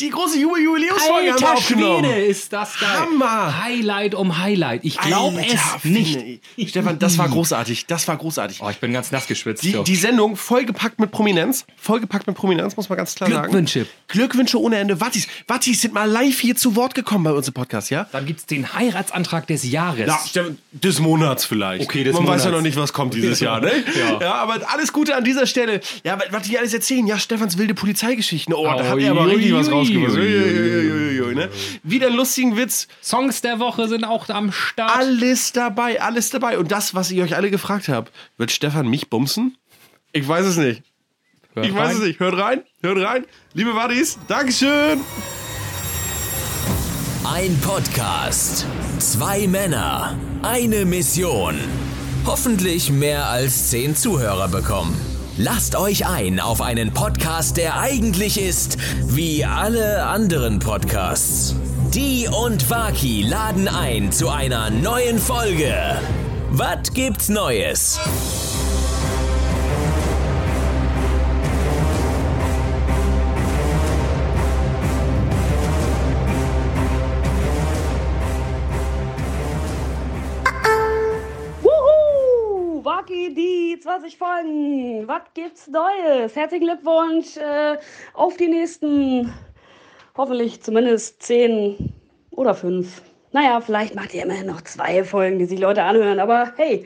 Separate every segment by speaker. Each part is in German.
Speaker 1: Die große Ju- Jubiläumsfolge haben wir
Speaker 2: Alter
Speaker 1: aufgenommen.
Speaker 2: Schwede, ist das geil.
Speaker 1: Hammer.
Speaker 2: Highlight um Highlight. Ich glaube
Speaker 1: Alter
Speaker 2: es
Speaker 1: Schwede,
Speaker 2: nicht.
Speaker 1: ey. Stefan, das war großartig. Das war großartig.
Speaker 2: Oh, ich bin ganz nass geschwitzt.
Speaker 1: Die,
Speaker 2: Jo.
Speaker 1: die Sendung vollgepackt mit Prominenz. Vollgepackt mit Prominenz, muss man ganz klar
Speaker 2: Glückwünsche.
Speaker 1: sagen. Glückwünsche ohne Ende. Wattis, Wattis sind mal live hier zu Wort gekommen bei uns im Podcast, ja?
Speaker 2: Dann gibt es den Heiratsantrag des Jahres.
Speaker 1: Stefan, des Monats vielleicht.
Speaker 2: Okay, des
Speaker 1: Man weiß ja
Speaker 2: Monats.
Speaker 1: noch nicht, was kommt dieses Jahr, ne?
Speaker 2: Ja.
Speaker 1: aber alles Gute an dieser Stelle. Ja, wa- was die alles erzählen. Ja, Stefans wilde Polizeigeschichten. Oh, da hat er aber
Speaker 2: Ui,
Speaker 1: richtig
Speaker 2: ui,
Speaker 1: was
Speaker 2: ui,
Speaker 1: rausgemacht.
Speaker 2: ui, ui,
Speaker 1: Uiuiui, ne? Wieder einen lustigen Witz.
Speaker 2: Songs der Woche sind auch am Start.
Speaker 1: Alles dabei, alles dabei. Und das, was ich euch alle gefragt habe, wird Stefan mich bumsen? Ich weiß es nicht.
Speaker 2: Hört
Speaker 1: Ich weiß
Speaker 2: rein.
Speaker 1: es nicht. Hört rein, hört rein. Liebe Wadis, Dankeschön.
Speaker 3: Ein Podcast. Zwei Männer. Eine Mission. Hoffentlich mehr als zehn Zuhörer bekommen. Lasst euch ein auf einen Podcast, der eigentlich ist wie alle anderen Podcasts. Die und Waki laden ein zu einer neuen Folge. Was gibt's Neues?
Speaker 4: Wuhu! Waki, die 20 Folgen. Was gibt's Neues? Herzlichen Glückwunsch äh, auf die nächsten, hoffentlich zumindest 10 oder 5. Naja, vielleicht macht ihr immerhin noch zwei Folgen, die sich Leute anhören. Aber hey,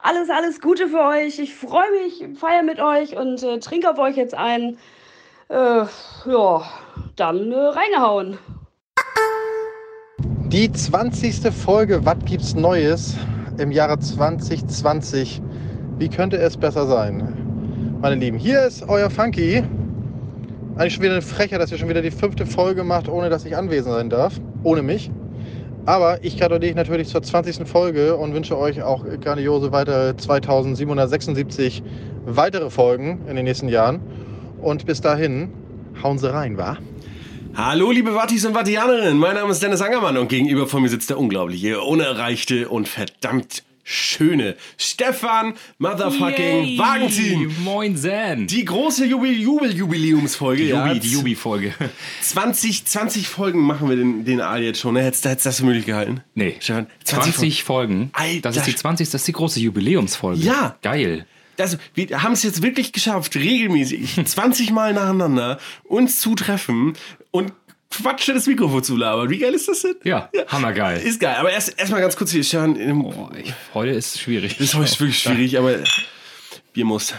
Speaker 4: alles, alles Gute für euch. Ich freue mich, feiere mit euch und äh, trinke auf euch jetzt ein. Äh, ja, dann äh, reingehauen.
Speaker 5: Die 20. Folge Was gibt's Neues im Jahre 2020. Wie könnte es besser sein? Meine Lieben, hier ist euer Funky. Eigentlich schon wieder eine Frecher, dass ihr schon wieder die fünfte Folge macht, ohne dass ich anwesend sein darf. Ohne mich. Aber ich gratuliere natürlich zur 20. Folge und wünsche euch auch grandiose weitere 2776 weitere Folgen in den nächsten Jahren. Und bis dahin, hauen sie rein, wa?
Speaker 1: Hallo, liebe Wattis und Wattianerinnen. Mein Name ist Dennis Angermann und gegenüber von mir sitzt der unglaubliche, unerreichte und verdammt schöne Stefan Motherfucking
Speaker 2: Yay.
Speaker 1: Wagentin.
Speaker 2: Moin Zen.
Speaker 1: Die große Jubil Jubel Jubiläumsfolge. ja,
Speaker 2: Jubi-Folge.
Speaker 1: 20, 20 Folgen machen wir den, den Aal jetzt schon. Ne? Hättest, hättest du das für möglich gehalten?
Speaker 2: Nee,
Speaker 1: Stefan,
Speaker 2: 20,
Speaker 1: 20
Speaker 2: Folgen.
Speaker 1: Alter.
Speaker 2: Das ist die 20. Das ist die große Jubiläumsfolge.
Speaker 1: Ja.
Speaker 2: Geil.
Speaker 1: Das, wir haben es jetzt wirklich geschafft, regelmäßig 20 Mal nacheinander uns zu treffen und Quatsch in das Mikrofon zu labern. Wie geil ist das denn?
Speaker 2: Ja, hammergeil. Oh,
Speaker 1: Ist geil. Aber erst erstmal ganz kurz hier, Stefan. ähm,
Speaker 2: Ich, heute ist schwierig.
Speaker 1: Das ist heute wirklich schwierig, aber Bier muss.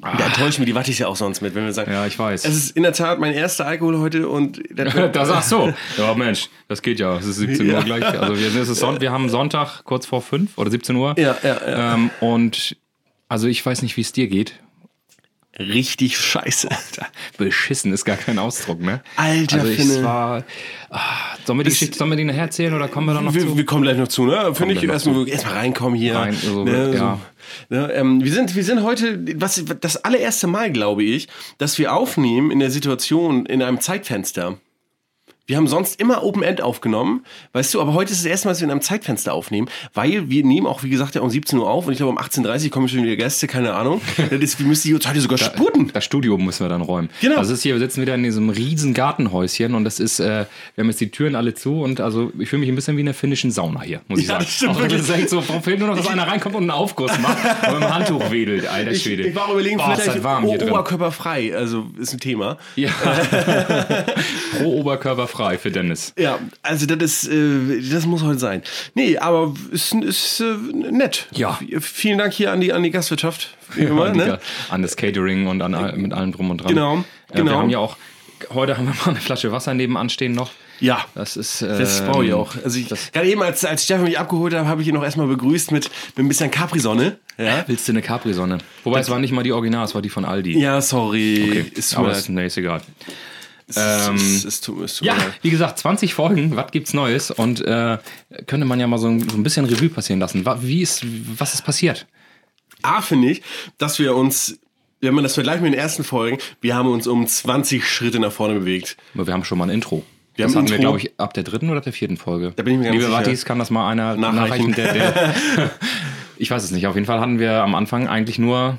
Speaker 1: Da täuschen wir die Wattis ja auch sonst mit, wenn wir sagen.
Speaker 2: Ah. Ja, ich weiß.
Speaker 1: Es ist in der Tat mein erster Alkohol heute und.
Speaker 2: Das ach so. Ja, Mensch, das geht ja. Es ist 17
Speaker 1: Ja.
Speaker 2: Uhr gleich. Also wir, es ist Son wir haben Sonntag kurz vor 5 oder 17 Uhr.
Speaker 1: Ja, ja, ja.
Speaker 2: Ähm, und also ich weiß nicht, wie es dir geht.
Speaker 1: Richtig scheiße.
Speaker 2: Beschissen ist gar kein Ausdruck, ne?
Speaker 1: Alter,
Speaker 2: also ich
Speaker 1: Finne.
Speaker 2: war. Ah, sollen wir die Geschichte, sollen wir die nachher erzählen oder kommen wir da noch
Speaker 1: wir,
Speaker 2: zu?
Speaker 1: wir kommen gleich noch zu, ne? Finde ich
Speaker 2: gleich noch
Speaker 1: erstmal erstmal reinkommen hier.
Speaker 2: Rein, so,
Speaker 1: ne?
Speaker 2: ja.
Speaker 1: So, ne? ähm, wir, sind, wir sind heute, was, das allererste Mal, glaube ich, dass wir aufnehmen in der Situation in einem Zeitfenster. Wir haben sonst immer Open End aufgenommen, weißt du, aber heute ist das erste Mal, dass wir in einem Zeitfenster aufnehmen, weil wir nehmen auch, wie gesagt, ja um 17 Uhr auf und ich glaube um 18.30 Uhr kommen schon wieder Gäste, keine Ahnung. Das ist, wir müssen die jetzt heute sogar sputen.
Speaker 2: Das Studio müssen wir dann räumen.
Speaker 1: Genau.
Speaker 2: Also es ist hier, wir sitzen wieder in diesem riesen Gartenhäuschen und das ist, äh, wir haben jetzt die Türen alle zu und also ich fühle mich ein bisschen wie in der finnischen Sauna hier, muss ich
Speaker 1: Ja,
Speaker 2: sagen.
Speaker 1: das stimmt
Speaker 2: Auch wenn
Speaker 1: wirklich.
Speaker 2: es echt so, warum fehlt nur noch, dass einer reinkommt und einen Aufguss macht und mit dem Handtuch wedelt, alter
Speaker 1: Ich,
Speaker 2: Schwede.
Speaker 1: ich oh, war auch überlegen,
Speaker 2: Boah, ist
Speaker 1: vielleicht
Speaker 2: das warm hier drin.
Speaker 1: oberkörperfrei, also ist ein Thema.
Speaker 2: Ja. Pro Oberkörper frei für Dennis.
Speaker 1: Ja, also das ist, äh, das muss heute sein. Nee, aber ist, ist äh, nett.
Speaker 2: Ja.
Speaker 1: V- Vielen Dank hier an die, an die Gastwirtschaft. Wie immer,
Speaker 2: an, die-
Speaker 1: ne?
Speaker 2: an das Catering und an, all- mit allem drum und dran.
Speaker 1: Genau,
Speaker 2: Äh,
Speaker 1: genau.
Speaker 2: Wir haben ja auch, heute haben wir mal eine Flasche Wasser nebenan stehen noch.
Speaker 1: Ja.
Speaker 2: Das ist. Äh,
Speaker 1: Das brauche ich auch. Also ich, gerade eben, als, als Stefan mich abgeholt hat, habe ich ihn noch erstmal begrüßt mit, mit ein bisschen Capri-Sonne. Ja,
Speaker 2: Willst du eine Capri-Sonne? Wobei, es war nicht mal die Original, es war die von Aldi.
Speaker 1: ja sorry.
Speaker 2: Okay.
Speaker 1: Ist tut mir
Speaker 2: aber
Speaker 1: leid. Ähm,
Speaker 2: ist, nee, ist egal. Äh,
Speaker 1: Es- es- es- es tut- es tut mir
Speaker 2: Ja,
Speaker 1: leid.
Speaker 2: wie gesagt, 20 Folgen, was gibt's Neues? Und äh, könnte man ja mal so ein, so ein bisschen Revue passieren lassen. Wa- Wie ist, was ist passiert?
Speaker 1: A finde ich, dass wir uns, wenn man das vergleicht mit den ersten Folgen, wir haben uns um 20 Schritte nach vorne bewegt.
Speaker 2: Wir haben schon mal ein Intro.
Speaker 1: Wir
Speaker 2: das
Speaker 1: haben ein
Speaker 2: hatten wir,
Speaker 1: Intro.
Speaker 2: glaube ich, ab der dritten oder ab der vierten Folge.
Speaker 1: Da bin ich mir ganz
Speaker 2: Liebe
Speaker 1: sicher.
Speaker 2: Wattis, kann das mal einer
Speaker 1: Nachreichen.
Speaker 2: nachreichen? der, der ich weiß es nicht. Auf jeden Fall hatten wir am Anfang eigentlich nur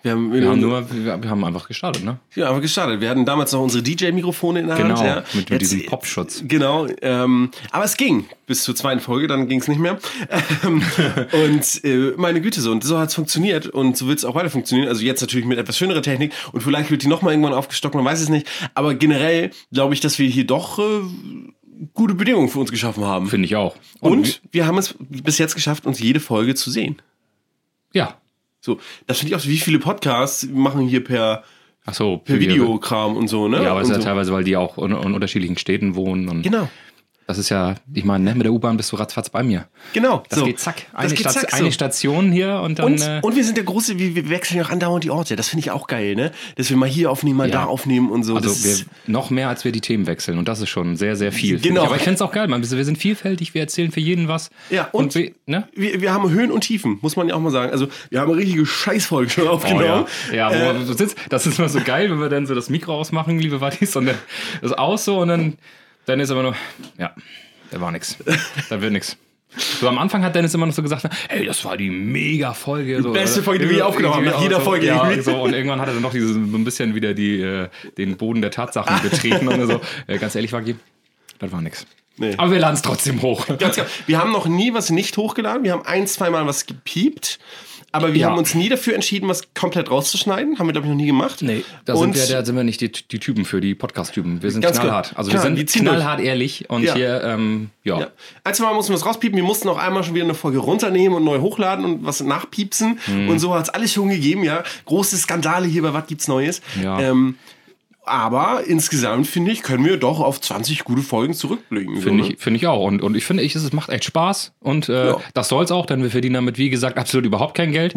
Speaker 1: Wir haben,
Speaker 2: Wir haben, nur, wir wir haben einfach gestartet, ne?
Speaker 1: ja, aber gestartet. Wir hatten damals noch unsere DJ-Mikrofone in der
Speaker 2: Genau,
Speaker 1: Hand. Ja. äh,
Speaker 2: mit- mit diesem Popschutz.
Speaker 1: Genau, ähm, aber es ging bis zur zweiten Folge, dann ging es nicht mehr. Ähm, und äh, meine Güte, so, und so hat es funktioniert und so wird es auch weiter funktionieren. Also jetzt natürlich mit etwas schönerer Technik und vielleicht wird die nochmal irgendwann aufgestockt, man weiß es nicht. Aber generell glaube ich, dass wir hier doch äh, gute Bedingungen für uns geschaffen haben.
Speaker 2: Finde ich auch.
Speaker 1: und wir haben es bis jetzt geschafft, uns jede Folge zu sehen.
Speaker 2: Ja.
Speaker 1: So, das finde ich auch, wie viele Podcasts machen hier per,
Speaker 2: Ach so,
Speaker 1: per
Speaker 2: wir-
Speaker 1: Videokram und so, ne?
Speaker 2: Ja, aber es
Speaker 1: und
Speaker 2: ist ja
Speaker 1: so.
Speaker 2: teilweise, weil die auch in, in unterschiedlichen Städten wohnen. Und
Speaker 1: Genau,
Speaker 2: Das ist ja, ich meine, ne, mit der U-Bahn bist du ratzfatz bei mir.
Speaker 1: genau.
Speaker 2: Das
Speaker 1: so.
Speaker 2: geht zack.
Speaker 1: Das
Speaker 2: Eine,
Speaker 1: geht
Speaker 2: Station,
Speaker 1: zack, so.
Speaker 2: eine Station hier und dann.
Speaker 1: und,
Speaker 2: äh,
Speaker 1: und wir sind der große, wir, wir wechseln ja auch andauernd die Orte. Das finde ich auch geil, ne? Dass wir mal hier aufnehmen, mal
Speaker 2: Ja.
Speaker 1: da aufnehmen und so. das
Speaker 2: also wir,
Speaker 1: ist,
Speaker 2: noch mehr als wir die Themen wechseln und das ist schon sehr, sehr viel. finde
Speaker 1: Genau.
Speaker 2: Ich. Aber ich finde es auch geil, man. Wir sind vielfältig, wir erzählen für jeden was.
Speaker 1: Ja, und-
Speaker 2: wir, ne?
Speaker 1: wir, wir haben Höhen und Tiefen, muss man ja auch mal sagen. Also wir haben eine richtige Scheißfolge schon aufgenommen.
Speaker 2: Oh, ja, ja wo
Speaker 1: Äh,
Speaker 2: man so sitzt, das ist immer so geil, wenn wir dann so das Mikro ausmachen, liebe Wattis, und dann das aus so und dann, dann ist aber nur, ja, da war nix. Da wird nix. So am Anfang hat Dennis immer noch so gesagt, ey, das war die mega Folge. Die so,
Speaker 1: beste Folge, die wir je aufgenommen haben, nach jeder
Speaker 2: so,
Speaker 1: Folge
Speaker 2: Ja,
Speaker 1: irgendwie.
Speaker 2: so, und irgendwann hat er dann noch dieses, so ein bisschen wieder die, äh, den Boden der Tatsachen betreten und so, äh, ganz ehrlich, Wagi, das war nix.
Speaker 1: Nee.
Speaker 2: Aber wir laden es trotzdem hoch.
Speaker 1: Ganz klar. Wir haben noch nie was nicht hochgeladen. Wir haben ein, zweimal was gepiept. Aber wir
Speaker 2: Ja.
Speaker 1: haben uns nie dafür entschieden, was komplett rauszuschneiden. Haben wir, glaube ich, noch nie gemacht.
Speaker 2: Nee, da
Speaker 1: und
Speaker 2: sind, wir, da sind wir nicht die, die Typen für, die Podcast-Typen. Wir sind
Speaker 1: Ganz
Speaker 2: knallhart.
Speaker 1: klar.
Speaker 2: Also
Speaker 1: Klar,
Speaker 2: wir
Speaker 1: die
Speaker 2: sind
Speaker 1: ziehen durch.
Speaker 2: knallhart ehrlich und
Speaker 1: Ja.
Speaker 2: hier, ähm, ja.
Speaker 1: Ja. Ein, zwei Mal mussten wir es rauspiepen. Wir mussten auch einmal schon wieder eine Folge runternehmen und neu hochladen und was nachpiepsen.
Speaker 2: Mhm.
Speaker 1: Und so hat es alles schon gegeben, ja. Große Skandale hier bei Was gibt's Neues.
Speaker 2: Ja.
Speaker 1: Ähm, aber insgesamt, finde ich, können wir doch auf 20 gute Folgen zurückblicken.
Speaker 2: Finde
Speaker 1: so, ne?
Speaker 2: ich, finde ich auch. Und, und ich finde, ich, es macht echt Spaß. Und äh,
Speaker 1: Ja.
Speaker 2: das soll's auch, denn wir verdienen damit, wie gesagt, absolut überhaupt kein Geld.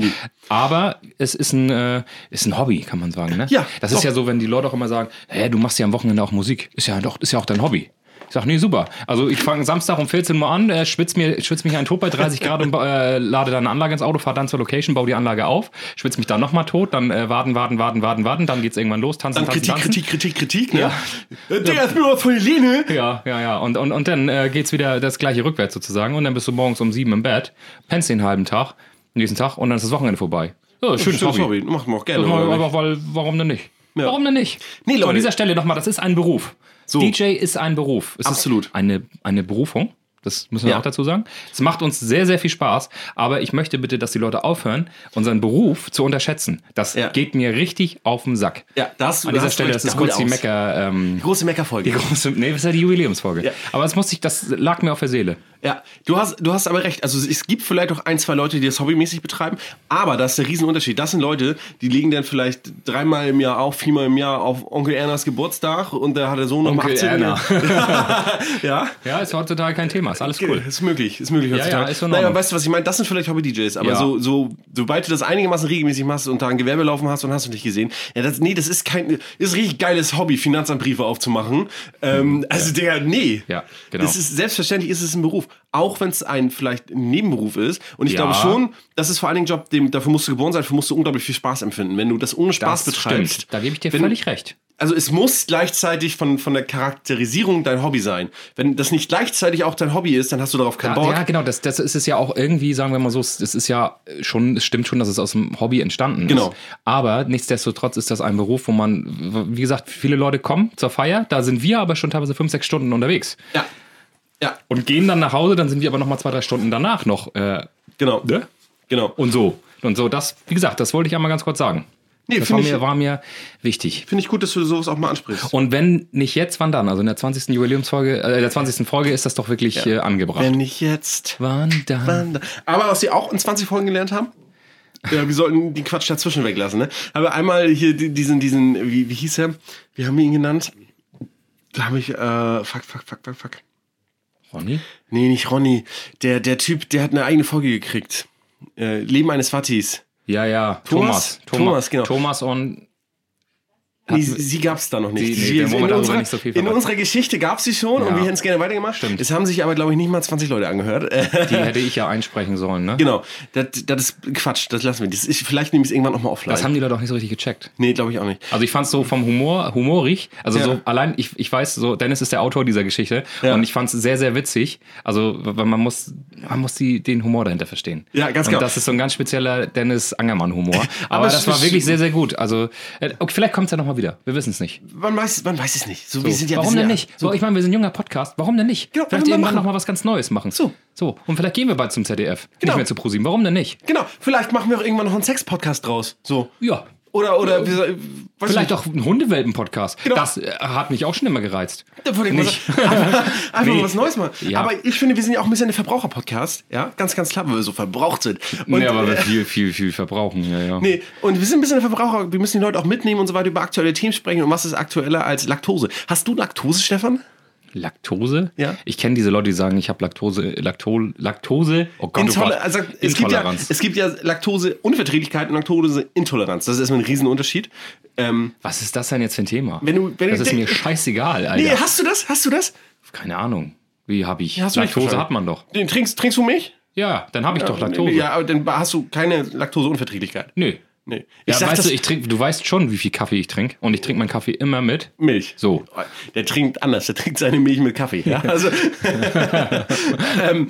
Speaker 2: Aber es ist ein, äh, ist ein Hobby, kann man sagen. Ne?
Speaker 1: Ja,
Speaker 2: das ist
Speaker 1: doch.
Speaker 2: ja so, wenn die Leute auch immer sagen, hä, du machst ja am Wochenende auch Musik. Ist ja doch, ist ja auch dein Hobby. Ich sag, nee, super. Also ich fange Samstag um 14 Uhr an, äh, schwitz, mir, schwitz mich einen tot bei 30 Grad und äh, lade dann eine Anlage ins Auto, fahr dann zur Location, baue die Anlage auf, schwitz mich dann nochmal tot, dann äh, warten, warten, warten, warten, warten, dann geht's irgendwann los,
Speaker 1: Dann
Speaker 2: tanzen, tanzen,
Speaker 1: Kritik,
Speaker 2: tanzen.
Speaker 1: Kritik, Kritik, Kritik, ne? Ja. Der ist mir mal von Helene.
Speaker 2: Ja, ja, ja. Und, und, und dann äh, geht's wieder das gleiche rückwärts sozusagen. Und dann bist du morgens um sieben im Bett, pennst den halben Tag, nächsten Tag und dann ist das Wochenende vorbei. So, schönes
Speaker 1: Schönes
Speaker 2: Hobby.
Speaker 1: Hobby. Macht man auch gerne.
Speaker 2: Das machen wir
Speaker 1: oder nicht?
Speaker 2: einfach, weil, warum denn nicht?
Speaker 1: Ja.
Speaker 2: Warum denn nicht?
Speaker 1: Nee,
Speaker 2: so,
Speaker 1: Leute.
Speaker 2: an dieser Stelle nochmal, das ist ein Beruf.
Speaker 1: So.
Speaker 2: DJ ist ein Beruf. Es
Speaker 1: Absolut.
Speaker 2: Ist eine, eine Berufung. Das müssen wir
Speaker 1: Ja.
Speaker 2: auch dazu sagen. Es macht uns sehr, sehr viel Spaß. Aber ich möchte bitte, dass die Leute aufhören, unseren Beruf zu unterschätzen. Das
Speaker 1: Ja.
Speaker 2: geht mir richtig auf den Sack.
Speaker 1: Ja, da hast du-
Speaker 2: An
Speaker 1: da
Speaker 2: dieser
Speaker 1: hast du
Speaker 2: Stelle,
Speaker 1: recht,
Speaker 2: das
Speaker 1: das
Speaker 2: ist
Speaker 1: holt
Speaker 2: kurz die
Speaker 1: aus.
Speaker 2: Mecker, ähm,
Speaker 1: Die große Meckerfolge.
Speaker 2: die große, nee, das ist ja die Jubiläumsfolge.
Speaker 1: Ja.
Speaker 2: Aber das musste ich, das lag mir auf der Seele.
Speaker 1: Ja, du hast, du hast aber recht. Also es gibt vielleicht auch ein, zwei Leute, die das hobbymäßig betreiben, aber das ist der Riesenunterschied. Das sind Leute, die legen dann vielleicht dreimal im Jahr auf, viermal im Jahr auf Onkel Ernas Geburtstag und da hat der Sohn nochmal
Speaker 2: Onkel
Speaker 1: 18.
Speaker 2: Erna.
Speaker 1: ja.
Speaker 2: Ja, ist heutzutage kein Thema, ist alles cool.
Speaker 1: Ist möglich, ist möglich heutzutage.
Speaker 2: ja, ist in
Speaker 1: naja,
Speaker 2: Ordnung.
Speaker 1: weißt du, was ich meine? Das sind vielleicht Hobby-DJs, aber
Speaker 2: Ja.
Speaker 1: so, so, sobald du das einigermaßen regelmäßig machst und da ein Gewerbe laufen hast und hast du nicht gesehen, ja, das, nee, das ist kein, ist ein richtig geiles Hobby, Finanzamtbriefe aufzumachen. Ähm, Also der, nee.
Speaker 2: Mhm. Ja, genau.
Speaker 1: Das ist, selbstverständlich ist es ein Beruf, auch wenn es ein vielleicht Nebenberuf ist. Und ich
Speaker 2: Ja.
Speaker 1: glaube schon, das ist vor allen Dingen ein Job, dem, dafür musst du geboren sein, dafür musst du unglaublich viel Spaß empfinden. Wenn du das ohne Spaß betreibst,
Speaker 2: Da gebe ich dir
Speaker 1: wenn-
Speaker 2: völlig recht.
Speaker 1: also es muss gleichzeitig von, von der Charakterisierung dein Hobby sein. Wenn das nicht gleichzeitig auch dein Hobby ist, dann hast du darauf keinen
Speaker 2: Ja,
Speaker 1: Bock.
Speaker 2: ja, genau, das, das ist es ja auch irgendwie, sagen wir mal so, es ist ja schon, es stimmt schon, dass es aus dem Hobby entstanden
Speaker 1: Genau.
Speaker 2: ist. Aber nichtsdestotrotz ist das ein Beruf, wo man, wie gesagt, viele Leute kommen zur Feier, da sind wir aber schon teilweise fünf, sechs Stunden unterwegs
Speaker 1: Ja. Ja,
Speaker 2: und gehen dann nach Hause, dann sind wir aber nochmal zwei, drei Stunden danach noch äh,
Speaker 1: genau.
Speaker 2: ne?
Speaker 1: Genau.
Speaker 2: und so. Und so, das, wie gesagt, das wollte ich einmal ganz kurz sagen.
Speaker 1: Nee,
Speaker 2: Das war
Speaker 1: finde ich,
Speaker 2: mir, war mir wichtig.
Speaker 1: find ich gut, dass du sowas auch mal ansprichst.
Speaker 2: Und wenn nicht jetzt, wann dann? Also in der 20. Jubiläumsfolge, äh, der 20. Folge ist das doch wirklich äh, angebracht.
Speaker 1: Wenn ich jetzt.
Speaker 2: wann dann?
Speaker 1: Aber was wir auch in 20 Folgen gelernt haben, ja, wir sollten den Quatsch dazwischen weglassen. Ne? Aber einmal hier di- diesen, diesen, wie, wie hieß er? Wie haben wir ihn genannt? Da habe ich, äh, fuck, fuck, fuck, fuck, fuck.
Speaker 2: Ronny?
Speaker 1: Nee, nicht Ronny. Der, der Typ, der hat eine eigene Folge gekriegt. Äh, Leben eines Wattis.
Speaker 2: Ja, ja. Thomas.
Speaker 1: Thomas, genau.
Speaker 2: Thomas und
Speaker 1: Nee, sie sie gab es da noch nicht.
Speaker 2: Die- nee,
Speaker 1: Sie-
Speaker 2: wir haben
Speaker 1: in,
Speaker 2: momentan
Speaker 1: unserer,
Speaker 2: nicht so viel
Speaker 1: in
Speaker 2: verbreitet.
Speaker 1: unserer Geschichte gab es sie schon und
Speaker 2: Ja.
Speaker 1: wir hätten es gerne weitergemacht.
Speaker 2: Stimmt.
Speaker 1: Es haben sich aber, glaube ich, nicht mal 20 Leute angehört. Äh,
Speaker 2: Die hätte ich ja einsprechen sollen, ne?
Speaker 1: genau. Das, das ist Quatsch, das lassen wir. Das ist, vielleicht nehme ich es irgendwann nochmal offline.
Speaker 2: Das haben die da doch nicht so richtig gecheckt.
Speaker 1: nee, glaube ich auch nicht.
Speaker 2: Also ich fand es so vom Humor, humorig. Also
Speaker 1: Ja.
Speaker 2: so allein, ich, ich weiß, so Dennis ist der Autor dieser Geschichte
Speaker 1: Ja.
Speaker 2: und ich fand es sehr, sehr witzig. Also weil man muss, man muss die, den Humor dahinter verstehen.
Speaker 1: Ja, ganz
Speaker 2: und
Speaker 1: genau.
Speaker 2: Das ist so ein ganz spezieller Dennis Angermann-Humor. Aber,
Speaker 1: es
Speaker 2: das
Speaker 1: ist-
Speaker 2: war wirklich sehr, sehr gut. Also äh, okay, vielleicht kommt es ja nochmal wieder. Wir wissen es nicht.
Speaker 1: Man weiß, man weiß es nicht. So,
Speaker 2: So.
Speaker 1: Wir sind ja,
Speaker 2: warum
Speaker 1: wir
Speaker 2: denn
Speaker 1: sind
Speaker 2: nicht?
Speaker 1: Ja, so,
Speaker 2: So, ich meine, wir sind ein junger Podcast. Warum denn nicht?
Speaker 1: Genau,
Speaker 2: vielleicht
Speaker 1: wir
Speaker 2: irgendwann
Speaker 1: machen.
Speaker 2: nochmal was ganz Neues machen.
Speaker 1: So.
Speaker 2: So. Und vielleicht gehen wir bald zum ZDF.
Speaker 1: Genau.
Speaker 2: Nicht mehr zu ProSieben. Warum denn nicht?
Speaker 1: genau, vielleicht machen wir auch irgendwann noch einen Sex-Podcast draus. So.
Speaker 2: Ja.
Speaker 1: Oder, oder, wir- äh, weiß
Speaker 2: Vielleicht
Speaker 1: nicht.
Speaker 2: auch ein Hundewelpen-Podcast.
Speaker 1: Genau.
Speaker 2: Das äh, hat mich auch schon immer gereizt.
Speaker 1: Da würde ich mal
Speaker 2: Nicht.
Speaker 1: sagen, Einfach, einfach mal
Speaker 2: Nee.
Speaker 1: was Neues machen.
Speaker 2: Ja.
Speaker 1: Aber ich finde, wir sind ja auch ein bisschen ein Verbraucher-Podcast. Ja, ganz, ganz klar, weil wir so verbraucht sind. Und,
Speaker 2: nee, aber
Speaker 1: äh,
Speaker 2: wir viel, viel, viel verbrauchen, ja, ja.
Speaker 1: Nee, und wir sind ein bisschen Verbraucher, wir müssen die Leute auch mitnehmen und so weiter über aktuelle Themen sprechen. Und was ist aktueller als Laktose? Hast du Laktose, Stefan?
Speaker 2: Laktose?
Speaker 1: Ja.
Speaker 2: Ich kenne diese Leute, die sagen, ich habe Laktose, äh, Laktol, Laktose, oh Gott, oh
Speaker 1: Intoler-
Speaker 2: Gott.
Speaker 1: also, es, gibt ja, es gibt ja Laktoseunverträglichkeit und Laktoseintoleranz. Das ist erstmal ein Riesenunterschied. Ähm,
Speaker 2: Was ist das denn jetzt für ein Thema?
Speaker 1: Wenn du- wenn du
Speaker 2: das ist
Speaker 1: denk-
Speaker 2: mir scheißegal, Alter.
Speaker 1: nee, hast du das? Hast du das?
Speaker 2: Keine Ahnung. Wie habe ich?
Speaker 1: Ja, hast du nicht
Speaker 2: Laktose
Speaker 1: verstanden.
Speaker 2: hat man doch.
Speaker 1: Den trinkst, trinkst du Milch?
Speaker 2: Ja, dann habe ich doch Laktose.
Speaker 1: Ja, aber dann hast du keine Laktoseunverträglichkeit.
Speaker 2: Nö.
Speaker 1: Nee. Ich
Speaker 2: Ja,
Speaker 1: sag
Speaker 2: weißt
Speaker 1: das
Speaker 2: du, ich trink, du weißt schon, wie viel Kaffee ich trinke. Und ich trinke meinen Kaffee immer mit.
Speaker 1: Milch.
Speaker 2: So.
Speaker 1: Der trinkt anders, der trinkt seine Milch mit Kaffee. Ja? Also, ähm,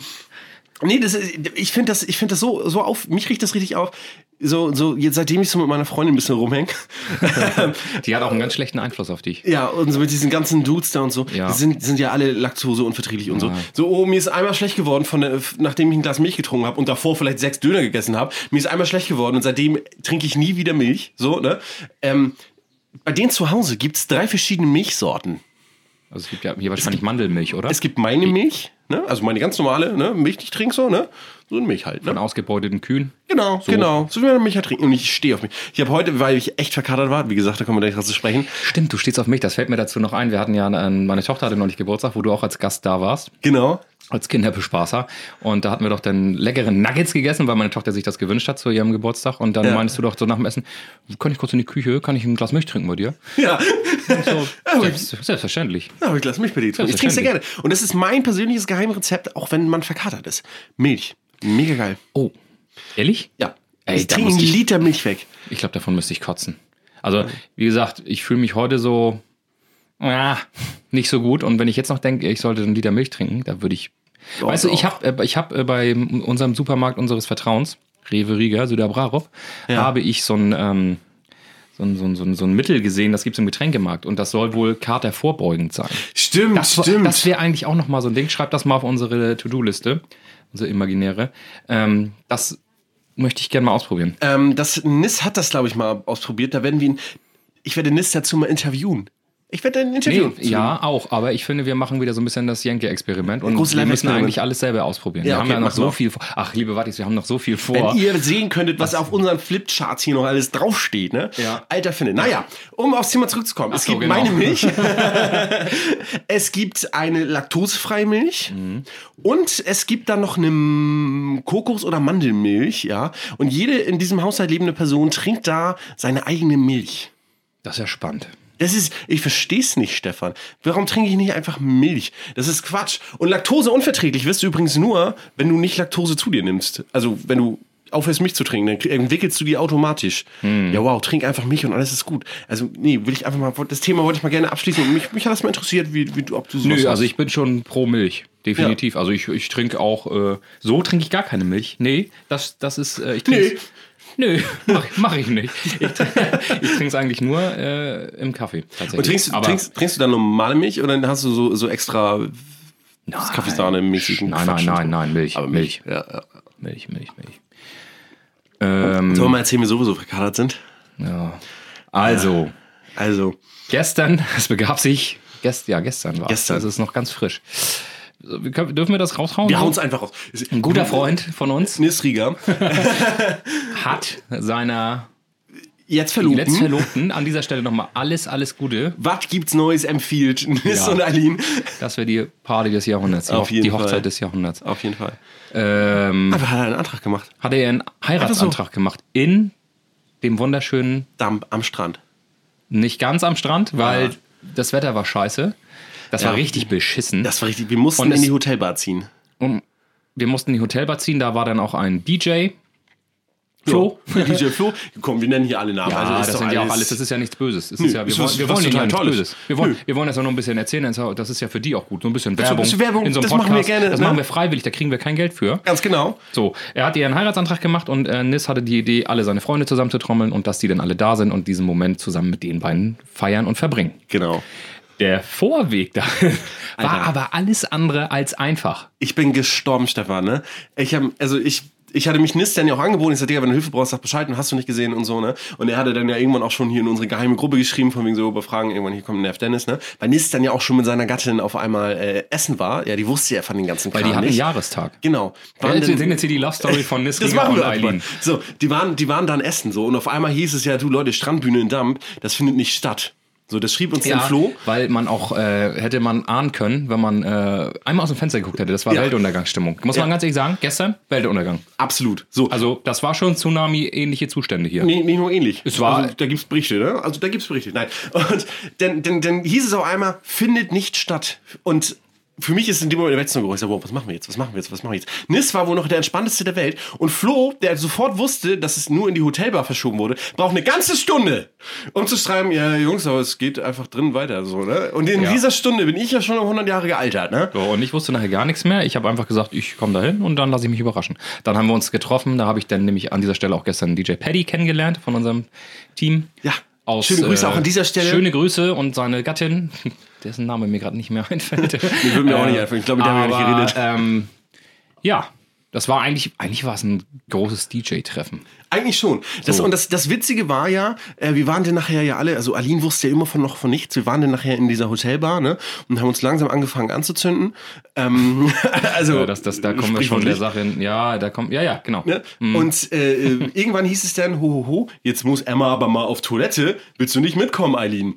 Speaker 1: nee, das ist, ich finde das, ich find das so, so auf, mich riecht das richtig auf. So, so, jetzt seitdem ich so mit meiner Freundin ein bisschen rumhänge.
Speaker 2: Die hat auch einen ganz schlechten Einfluss auf dich.
Speaker 1: ja, und so mit diesen ganzen Dudes da und so,
Speaker 2: Ja.
Speaker 1: die sind, sind ja alle laktoseunverträglich und so. So, oh, mir ist einmal schlecht geworden, von der, nachdem ich ein Glas Milch getrunken habe und davor vielleicht sechs Döner gegessen habe. Mir ist einmal schlecht geworden und seitdem trinke ich nie wieder Milch. So, ne? Ähm, bei denen zu Hause gibt es drei verschiedene Milchsorten.
Speaker 2: Also es gibt ja hier wahrscheinlich Mandelmilch, oder?
Speaker 1: Es gibt meine Milch, ne? also meine ganz normale ne? Milch, die ich trinke, so, ne? so eine Milch halt.
Speaker 2: Von
Speaker 1: Ne?
Speaker 2: ausgebeuteten Kühen.
Speaker 1: Genau, genau. So wie man Milch halt trinkt. Und ich stehe auf mich. Ich habe heute, weil ich echt verkatert war, wie gesagt, da kommen wir gleich drauf zu sprechen.
Speaker 2: Stimmt, du stehst auf mich. Das fällt mir dazu noch ein. Wir hatten ja, äh, meine Tochter hatte neulich Geburtstag, wo du auch als Gast da warst.
Speaker 1: Genau.
Speaker 2: als Kinderbespaßer. Und da hatten wir doch dann leckeren Nuggets gegessen, weil meine Tochter sich das gewünscht hat zu ihrem Geburtstag. Und dann
Speaker 1: Ja.
Speaker 2: meintest du doch so nach dem Essen, kann ich kurz in die Küche, kann ich ein Glas Milch trinken bei dir?
Speaker 1: Ja.
Speaker 2: So,
Speaker 1: aber-
Speaker 2: selbst, selbstverständlich.
Speaker 1: Ja, aber ich lasse mich bei dir trinken. Ich trinke sehr gerne. Und das ist mein persönliches Geheimrezept, auch wenn man verkatert ist. Milch. Mega geil.
Speaker 2: Oh, ehrlich?
Speaker 1: Ja.
Speaker 2: Ey,
Speaker 1: ich
Speaker 2: da
Speaker 1: trinke einen
Speaker 2: muss ich-
Speaker 1: Liter Milch weg.
Speaker 2: Ich glaube, davon müsste ich kotzen. Also, wie gesagt, ich fühle mich heute so ah, nicht so gut. Und wenn ich jetzt noch denke, ich sollte einen Liter Milch trinken, da würde ich.
Speaker 1: Ja,
Speaker 2: weißt du, ich
Speaker 1: doch.
Speaker 2: habe äh, ich hab, äh, bei unserem Supermarkt unseres Vertrauens, Rewe Riga, Süderbrarov, habe ich so ein. Ähm, so ein, so, ein, so, ein, so ein Mittel gesehen, das gibt es im Getränkemarkt und das soll wohl Kater vorbeugend sein.
Speaker 1: Stimmt,
Speaker 2: Das, das wäre eigentlich auch nochmal so ein Ding. Schreib das mal auf unsere To-Do-Liste, unsere imaginäre. Ähm, das möchte ich gerne mal ausprobieren.
Speaker 1: ähm, das Nis hat das, glaube ich, mal ausprobiert. Da werden wir ihn. Ich werde Nis dazu mal interviewen. Ich werde ihn interviewen.
Speaker 2: Nee, ja, auch, aber ich finde, wir machen wieder so ein bisschen das Jenke-Experiment und
Speaker 1: Große
Speaker 2: wir müssen
Speaker 1: Live-Experiment.
Speaker 2: eigentlich alles selber ausprobieren.
Speaker 1: Ja,
Speaker 2: wir haben
Speaker 1: okay,
Speaker 2: ja noch
Speaker 1: machen wir.
Speaker 2: so viel vor. Ach, liebe Wattis, wir haben noch so viel vor.
Speaker 1: Wenn ihr sehen könntet, was auf unseren Flipcharts hier noch alles draufsteht, ne?
Speaker 2: Ja.
Speaker 1: Alter Finne. Naja, um aufs Thema zurückzukommen. es
Speaker 2: so,
Speaker 1: gibt
Speaker 2: genau.
Speaker 1: meine Milch. es gibt eine laktosefreie Milch.
Speaker 2: Mhm.
Speaker 1: Und es gibt dann noch eine mm, Kokos- oder Mandelmilch, ja. Und jede in diesem Haushalt lebende Person trinkt da seine eigene Milch.
Speaker 2: das ist ja spannend.
Speaker 1: Das ist, ich versteh's nicht, Stefan. Warum trinke ich nicht einfach Milch? Das ist Quatsch. Und Laktoseunverträglich wirst du übrigens nur, wenn du nicht Laktose zu dir nimmst. Also, wenn du aufhörst, Milch zu trinken, dann entwickelst du die automatisch.
Speaker 2: Hm.
Speaker 1: Ja, wow, trink einfach Milch und alles ist gut. Also, nee, will ich einfach mal, das Thema wollte ich mal gerne abschließen. Und mich, mich hat das mal interessiert, wie, wie du, ob du sowas
Speaker 2: Nö, also
Speaker 1: hast.
Speaker 2: ich bin schon pro Milch. Definitiv. Also ich, ich trinke auch, äh, so trinke ich gar keine Milch. Nee, das, das ist, äh, ich trinke. Nö, mach, mach ich nicht. Ich, trinke- ich trinke es eigentlich nur äh, im Kaffee. Tatsächlich.
Speaker 1: Und trinkst, du-
Speaker 2: Aber-
Speaker 1: trinkst, trinkst du dann normale Milch oder hast du so, so extra
Speaker 2: Nein.
Speaker 1: Kaffeesahne-mäßigen
Speaker 2: Nein,
Speaker 1: Quatsch
Speaker 2: nein,
Speaker 1: und
Speaker 2: nein,
Speaker 1: so?
Speaker 2: nein, Milch.
Speaker 1: Aber
Speaker 2: Milch.
Speaker 1: Ja, ja.
Speaker 2: Milch, Milch, Milch. Ähm,
Speaker 1: Sollen wir mal erzählen, wie wir sowieso verkadert sind?
Speaker 2: ja. Also.
Speaker 1: Also,
Speaker 2: Gestern, es begab sich, gest, ja, gestern war
Speaker 1: Gestern.
Speaker 2: es. Also es ist noch ganz frisch. So, wir können, dürfen wir das raushauen?
Speaker 1: wir hauen's einfach raus.
Speaker 2: Ein guter Freund von uns
Speaker 1: Nisriger.
Speaker 2: hat seiner
Speaker 1: Jetzt verlobt.
Speaker 2: letzten Verlobten an dieser Stelle nochmal alles, alles Gute,
Speaker 1: Was gibt's Neues empfiehlt? Nis
Speaker 2: Ja.
Speaker 1: und Aline.
Speaker 2: dass wir die Party des Jahrhunderts, die,
Speaker 1: Auf
Speaker 2: Hoch-
Speaker 1: jeden
Speaker 2: die Hochzeit
Speaker 1: Fall.
Speaker 2: des Jahrhunderts.
Speaker 1: Auf jeden Fall.
Speaker 2: Ähm,
Speaker 1: Aber hat er einen Antrag gemacht?
Speaker 2: hat er einen Heiratsantrag gemacht in dem wunderschönen
Speaker 1: Damm am Strand.
Speaker 2: Nicht ganz am Strand, weil das Wetter war scheiße. Das
Speaker 1: Ja.
Speaker 2: war richtig beschissen.
Speaker 1: Das war richtig. Wir mussten
Speaker 2: Und
Speaker 1: in die
Speaker 2: es-
Speaker 1: Hotelbar ziehen.
Speaker 2: Und wir mussten in die Hotelbar ziehen, da war dann auch ein DJ. Flo.
Speaker 1: Ja, DJ Flo. Komm, wir nennen hier alle Namen.
Speaker 2: Ja,
Speaker 1: also ist
Speaker 2: Ah, das
Speaker 1: doch
Speaker 2: sind ja auch
Speaker 1: alles-
Speaker 2: alles, das ist ja nichts Böses. Es
Speaker 1: Nö,
Speaker 2: ist ja, wir
Speaker 1: ist
Speaker 2: wollen,
Speaker 1: was-
Speaker 2: wir
Speaker 1: was
Speaker 2: wollen
Speaker 1: total
Speaker 2: ja nichts
Speaker 1: Tolles.
Speaker 2: Böses. Wir wollen,
Speaker 1: Nö.
Speaker 2: wir wollen das ja noch ein bisschen erzählen. Das ist ja für die auch gut. So ein bisschen
Speaker 1: ein
Speaker 2: Werbung.
Speaker 1: bisschen Werbung,
Speaker 2: in so einem
Speaker 1: das machen
Speaker 2: Podcast.
Speaker 1: wir gerne,
Speaker 2: Das
Speaker 1: ne?
Speaker 2: machen wir freiwillig, da kriegen wir kein Geld für.
Speaker 1: Ganz genau.
Speaker 2: So, er hat ihren Heiratsantrag gemacht und äh, Nis hatte die Idee, alle seine Freunde zusammenzutrommeln und dass die dann alle da sind und diesen Moment zusammen mit den beiden feiern und verbringen.
Speaker 1: Genau.
Speaker 2: Der Vorweg da war aber alles andere als einfach.
Speaker 1: Ich bin gestorben, Stefan, ne? Ich habe also ich ich hatte mich Nis dann ja auch angeboten, ich sagte, Digga, wenn du Hilfe brauchst, sag Bescheid und hast du nicht gesehen und so, ne? Und er hatte dann ja irgendwann auch schon hier in unsere geheime Gruppe geschrieben, von wegen so überfragen, irgendwann hier kommt Nerv Dennis, ne? Weil Nis dann ja auch schon mit seiner Gattin auf einmal äh, essen war. Ja, die wusste ja von den ganzen
Speaker 2: Weil die
Speaker 1: Kram
Speaker 2: hatten
Speaker 1: nicht.
Speaker 2: Jahrestag.
Speaker 1: Genau.
Speaker 2: Wir
Speaker 1: Waren denn-
Speaker 2: sind jetzt hier die Love Story von Nis
Speaker 1: das
Speaker 2: Rieger
Speaker 1: machen
Speaker 2: und
Speaker 1: wir Eileen.
Speaker 2: Eileen.
Speaker 1: So, die waren, die waren dann essen so und auf einmal hieß es ja, du Leute, Strandbühne in Damp, das findet nicht statt. So, das schrieb uns dann Flo.
Speaker 2: Weil man auch, äh, hätte man ahnen können, wenn man äh, einmal aus dem Fenster geguckt hätte. Das war
Speaker 1: Ja.
Speaker 2: Weltuntergangsstimmung. Muss man
Speaker 1: Ja.
Speaker 2: ganz ehrlich sagen, gestern Weltuntergang.
Speaker 1: Absolut. So,
Speaker 2: Also, das war schon Tsunami-ähnliche Zustände hier.
Speaker 1: Nee, nicht nur ähnlich.
Speaker 2: Es war-
Speaker 1: also, da gibt's Berichte, ne? Also da gibt's Berichte. Nein. Und dann, dann, dann hieß es auch einmal, findet nicht statt. Und für mich ist in dem Moment der Wetzner gerutscht. Ich so, wow, was machen wir jetzt? Was machen wir jetzt? Was machen wir jetzt? Nis war wohl noch der entspannteste der Welt. Und Flo, der sofort wusste, dass es nur in die Hotelbar verschoben wurde, braucht eine ganze Stunde, um zu schreiben, ja, Jungs, aber es geht einfach drin weiter, so, ne? Und in
Speaker 2: Ja.
Speaker 1: dieser Stunde bin ich ja schon 100 Jahre gealtert, ne?
Speaker 2: So, und ich wusste nachher gar nichts mehr. Ich habe einfach gesagt, ich komme dahin und dann lasse ich mich überraschen. Dann haben wir uns getroffen. Da habe ich dann nämlich an dieser Stelle auch gestern DJ Paddy kennengelernt von unserem Team.
Speaker 1: Ja.
Speaker 2: Aus, äh,
Speaker 1: Schöne Grüße auch an dieser Stelle.
Speaker 2: Schöne Grüße und seine Gattin, dessen Name mir gerade nicht mehr einfällt. Die
Speaker 1: würden mir auch nicht einfallen. Ich glaube, mit der haben wir gar nicht
Speaker 2: Ähm, ja, das war eigentlich, eigentlich war es ein großes DJ-Treffen.
Speaker 1: Eigentlich schon. Das, Und das, das Witzige war ja, äh, wir waren dann nachher ja alle, also Aline wusste ja immer von noch von nichts, wir waren dann nachher in dieser Hotelbar ne, und haben uns langsam angefangen anzuzünden. Ähm, also,
Speaker 2: Ja, das, das, da kommen wir schon der
Speaker 1: sprichwörtlich,
Speaker 2: Sache hin. Ja, da kommt, ja, ja, genau.
Speaker 1: Ne? Und äh, äh, irgendwann hieß es dann, ho, ho, ho, jetzt muss Emma aber mal auf Toilette. Willst du nicht mitkommen, Eileen?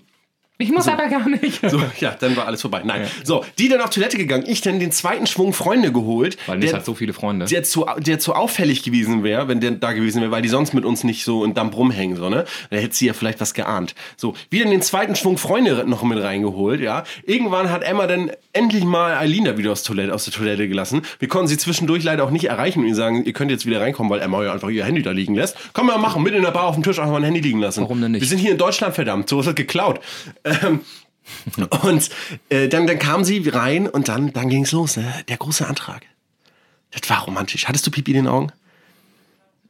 Speaker 2: Ich muss aber gar nicht.
Speaker 1: So, ja, dann war alles vorbei. Nein. So, die dann auf Toilette gegangen, ich dann den zweiten Schwung Freunde geholt.
Speaker 2: Weil Nis
Speaker 1: der-
Speaker 2: hat so viele Freunde.
Speaker 1: der zu, der zu auffällig gewesen wäre, wenn der da gewesen wäre, weil die sonst mit uns nicht so in Dampf rumhängen, so, ne? Dann hätte sie ja vielleicht was geahnt. So, wieder in den zweiten Schwung Freunde noch mit reingeholt, ja. Irgendwann hat Emma dann endlich mal Alina wieder aus, Toilette, aus der Toilette gelassen. Wir konnten sie zwischendurch leider auch nicht erreichen und ihr sagen, ihr könnt jetzt wieder reinkommen, weil Emma ja einfach ihr Handy da liegen lässt. Kann man ja machen, mit in der Bar auf dem Tisch einfach mal ein Handy liegen lassen.
Speaker 2: Warum denn nicht?
Speaker 1: Wir sind hier in Deutschland, verdammt, so ist das geklaut. Ähm, und äh, dann, dann kam sie rein und dann, dann ging's los, ne? Der große Antrag. Das war romantisch. Hattest du Pipi in den Augen?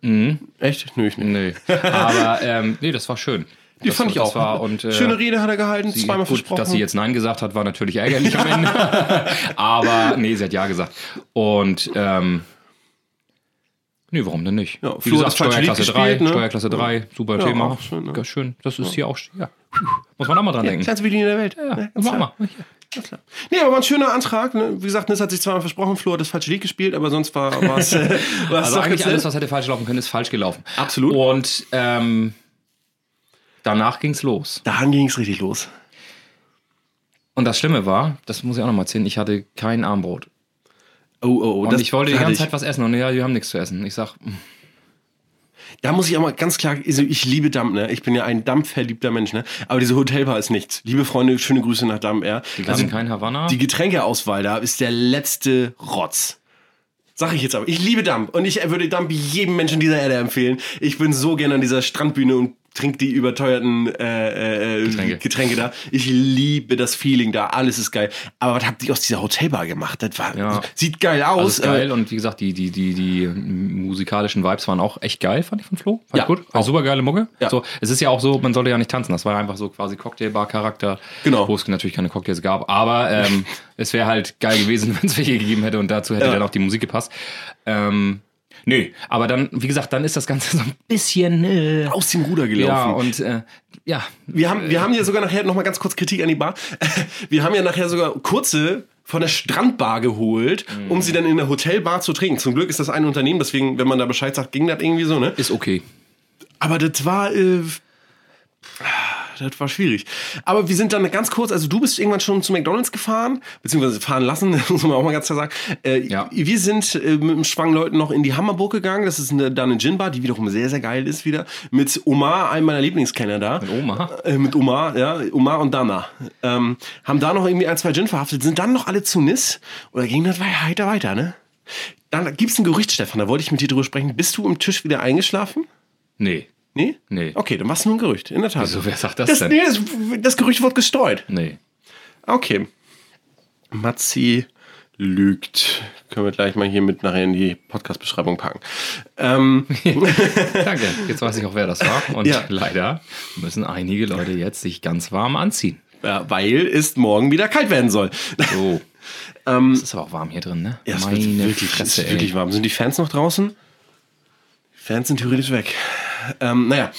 Speaker 1: Mhm. Echt? Nö, ich nicht.
Speaker 2: Nee. Aber ähm, nee, das war schön.
Speaker 1: Die
Speaker 2: das,
Speaker 1: fand ich
Speaker 2: das
Speaker 1: auch. ne?
Speaker 2: War, und, äh,
Speaker 1: Schöne Rede hat er gehalten,
Speaker 2: sie-
Speaker 1: zweimal
Speaker 2: gut,
Speaker 1: versprochen.
Speaker 2: Dass sie jetzt Nein gesagt hat, war natürlich ärgerlich am Ende. Aber nee, sie hat Ja gesagt. Und ähm, nee, warum denn nicht?
Speaker 1: Ja, Flo hat das falsche Lied
Speaker 2: Steuerklasse 3,
Speaker 1: gespielt, ne?
Speaker 2: Steuerklasse 3, super
Speaker 1: Ja,
Speaker 2: Thema.
Speaker 1: auch schön, ne?
Speaker 2: Ganz schön. Das ist hier auch, ja. Muss man auch mal dran denken.
Speaker 1: Kleinste Bedienung der Welt.
Speaker 2: Ja,
Speaker 1: Ne?
Speaker 2: mach mal.
Speaker 1: Nee, aber war ein schöner Antrag. Ne? Wie gesagt, Nis hat sich zweimal versprochen, Flo hat das falsche Lied gespielt, aber sonst war es. Äh, war's
Speaker 2: Also
Speaker 1: doch
Speaker 2: eigentlich
Speaker 1: jetzt,
Speaker 2: alles,
Speaker 1: ne?
Speaker 2: was hätte falsch laufen können, ist falsch gelaufen.
Speaker 1: Absolut.
Speaker 2: Und ähm, danach ging's los.
Speaker 1: Daran ging es richtig los.
Speaker 2: Und das Schlimme war, das muss ich auch nochmal erzählen, ich hatte kein Armbrot.
Speaker 1: Oh, oh, oh.
Speaker 2: Und
Speaker 1: das
Speaker 2: ich wollte die
Speaker 1: hatte
Speaker 2: ganze Zeit was essen und ja, die haben nichts zu essen. Ich sag, hm,
Speaker 1: Da muss ich auch mal ganz klar, also ich liebe Dampf, ne? Ich bin ja ein dampfverliebter Mensch, ne? Aber diese Hotelbar ist nichts. Liebe Freunde, schöne Grüße nach Dampf, ja. Also
Speaker 2: die haben kein Havanna.
Speaker 1: Die Getränkeauswahl da ist der letzte Rotz. Sag ich jetzt aber. Ich liebe Damp und ich würde Damp jedem Menschen dieser Erde empfehlen. Ich bin so gerne an dieser Strandbühne und trinke die überteuerten äh, äh,
Speaker 2: Getränke.
Speaker 1: Getränke. Getränke da. Ich liebe das Feeling da. Alles ist geil. Aber was habt ihr aus dieser Hotelbar gemacht? Das war,
Speaker 2: Ja.
Speaker 1: sieht geil
Speaker 2: das
Speaker 1: aus.
Speaker 2: ist geil
Speaker 1: äh,
Speaker 2: und wie gesagt, die, die, die, die musikalischen Vibes waren auch echt geil, fand ich von Flo. Fand
Speaker 1: Ja,
Speaker 2: ich gut. War super geile Mucke.
Speaker 1: Ja.
Speaker 2: So, es ist ja auch so, man sollte ja nicht tanzen. Das war ja einfach so quasi Cocktailbar-Charakter,
Speaker 1: Genau.
Speaker 2: wo es natürlich keine Cocktails gab. Aber ähm, es wäre halt geil gewesen, wenn es welche gegeben hätte und dazu hätte
Speaker 1: Ja.
Speaker 2: dann auch die Musik gepasst. Ähm, nö, aber dann, wie gesagt, dann ist das Ganze so ein bisschen äh,
Speaker 1: aus dem Ruder gelaufen.
Speaker 2: ja und äh, ja,
Speaker 1: Wir haben, wir haben ja sogar nachher noch mal ganz kurz Kritik an die Bar. Wir haben ja nachher sogar kurze von der Strandbar geholt, um sie dann in der Hotelbar zu trinken. Zum Glück ist das ein Unternehmen, deswegen, wenn man da Bescheid sagt, ging das irgendwie so, ne?
Speaker 2: ist okay.
Speaker 1: Aber das war äh, das war schwierig. Aber wir sind dann ganz kurz, also du bist irgendwann schon zu McDonalds gefahren, beziehungsweise fahren lassen, muss man auch mal ganz klar sagen. Äh,
Speaker 2: Ja.
Speaker 1: Wir sind äh, mit dem Schwangleuten noch in die Hammerburg gegangen. Das ist eine, da eine Gin-Bar, die wiederum sehr, sehr geil ist wieder. Mit Omar, einem meiner Lieblingskenner da.
Speaker 2: Mit Omar?
Speaker 1: Äh, mit Omar, ja. Omar und Dana. Ähm, haben da noch irgendwie ein, zwei Gin verhaftet, sind dann noch alle zu Nis. Oder ging das weiter, weiter, ne? Dann gibt's ein Gerücht, Stefan, da wollte ich mit dir drüber sprechen. Bist du im Tisch wieder eingeschlafen?
Speaker 2: Nee.
Speaker 1: Nee?
Speaker 2: Nee.
Speaker 1: Okay, dann war es nur ein Gerücht, in der Tat.
Speaker 2: Wieso, wer sagt das
Speaker 1: das,
Speaker 2: denn?
Speaker 1: nee, das, das Gerücht wird gestreut.
Speaker 2: Nee.
Speaker 1: Okay. Matzi lügt. Können wir gleich mal hier mit nachher in die Podcast-Beschreibung packen. Ähm,
Speaker 2: Danke. Jetzt weiß ich auch, wer das war. Und
Speaker 1: Ja.
Speaker 2: leider müssen einige Leute jetzt sich ganz warm anziehen.
Speaker 1: ja, weil es morgen wieder kalt werden soll.
Speaker 2: So. es ist aber auch warm hier drin, ne?
Speaker 1: Ähm, Ja, es wird wirklich, es ist wirklich warm. Sind die Fans noch draußen? Die Fans sind theoretisch weg. Ähm, naja,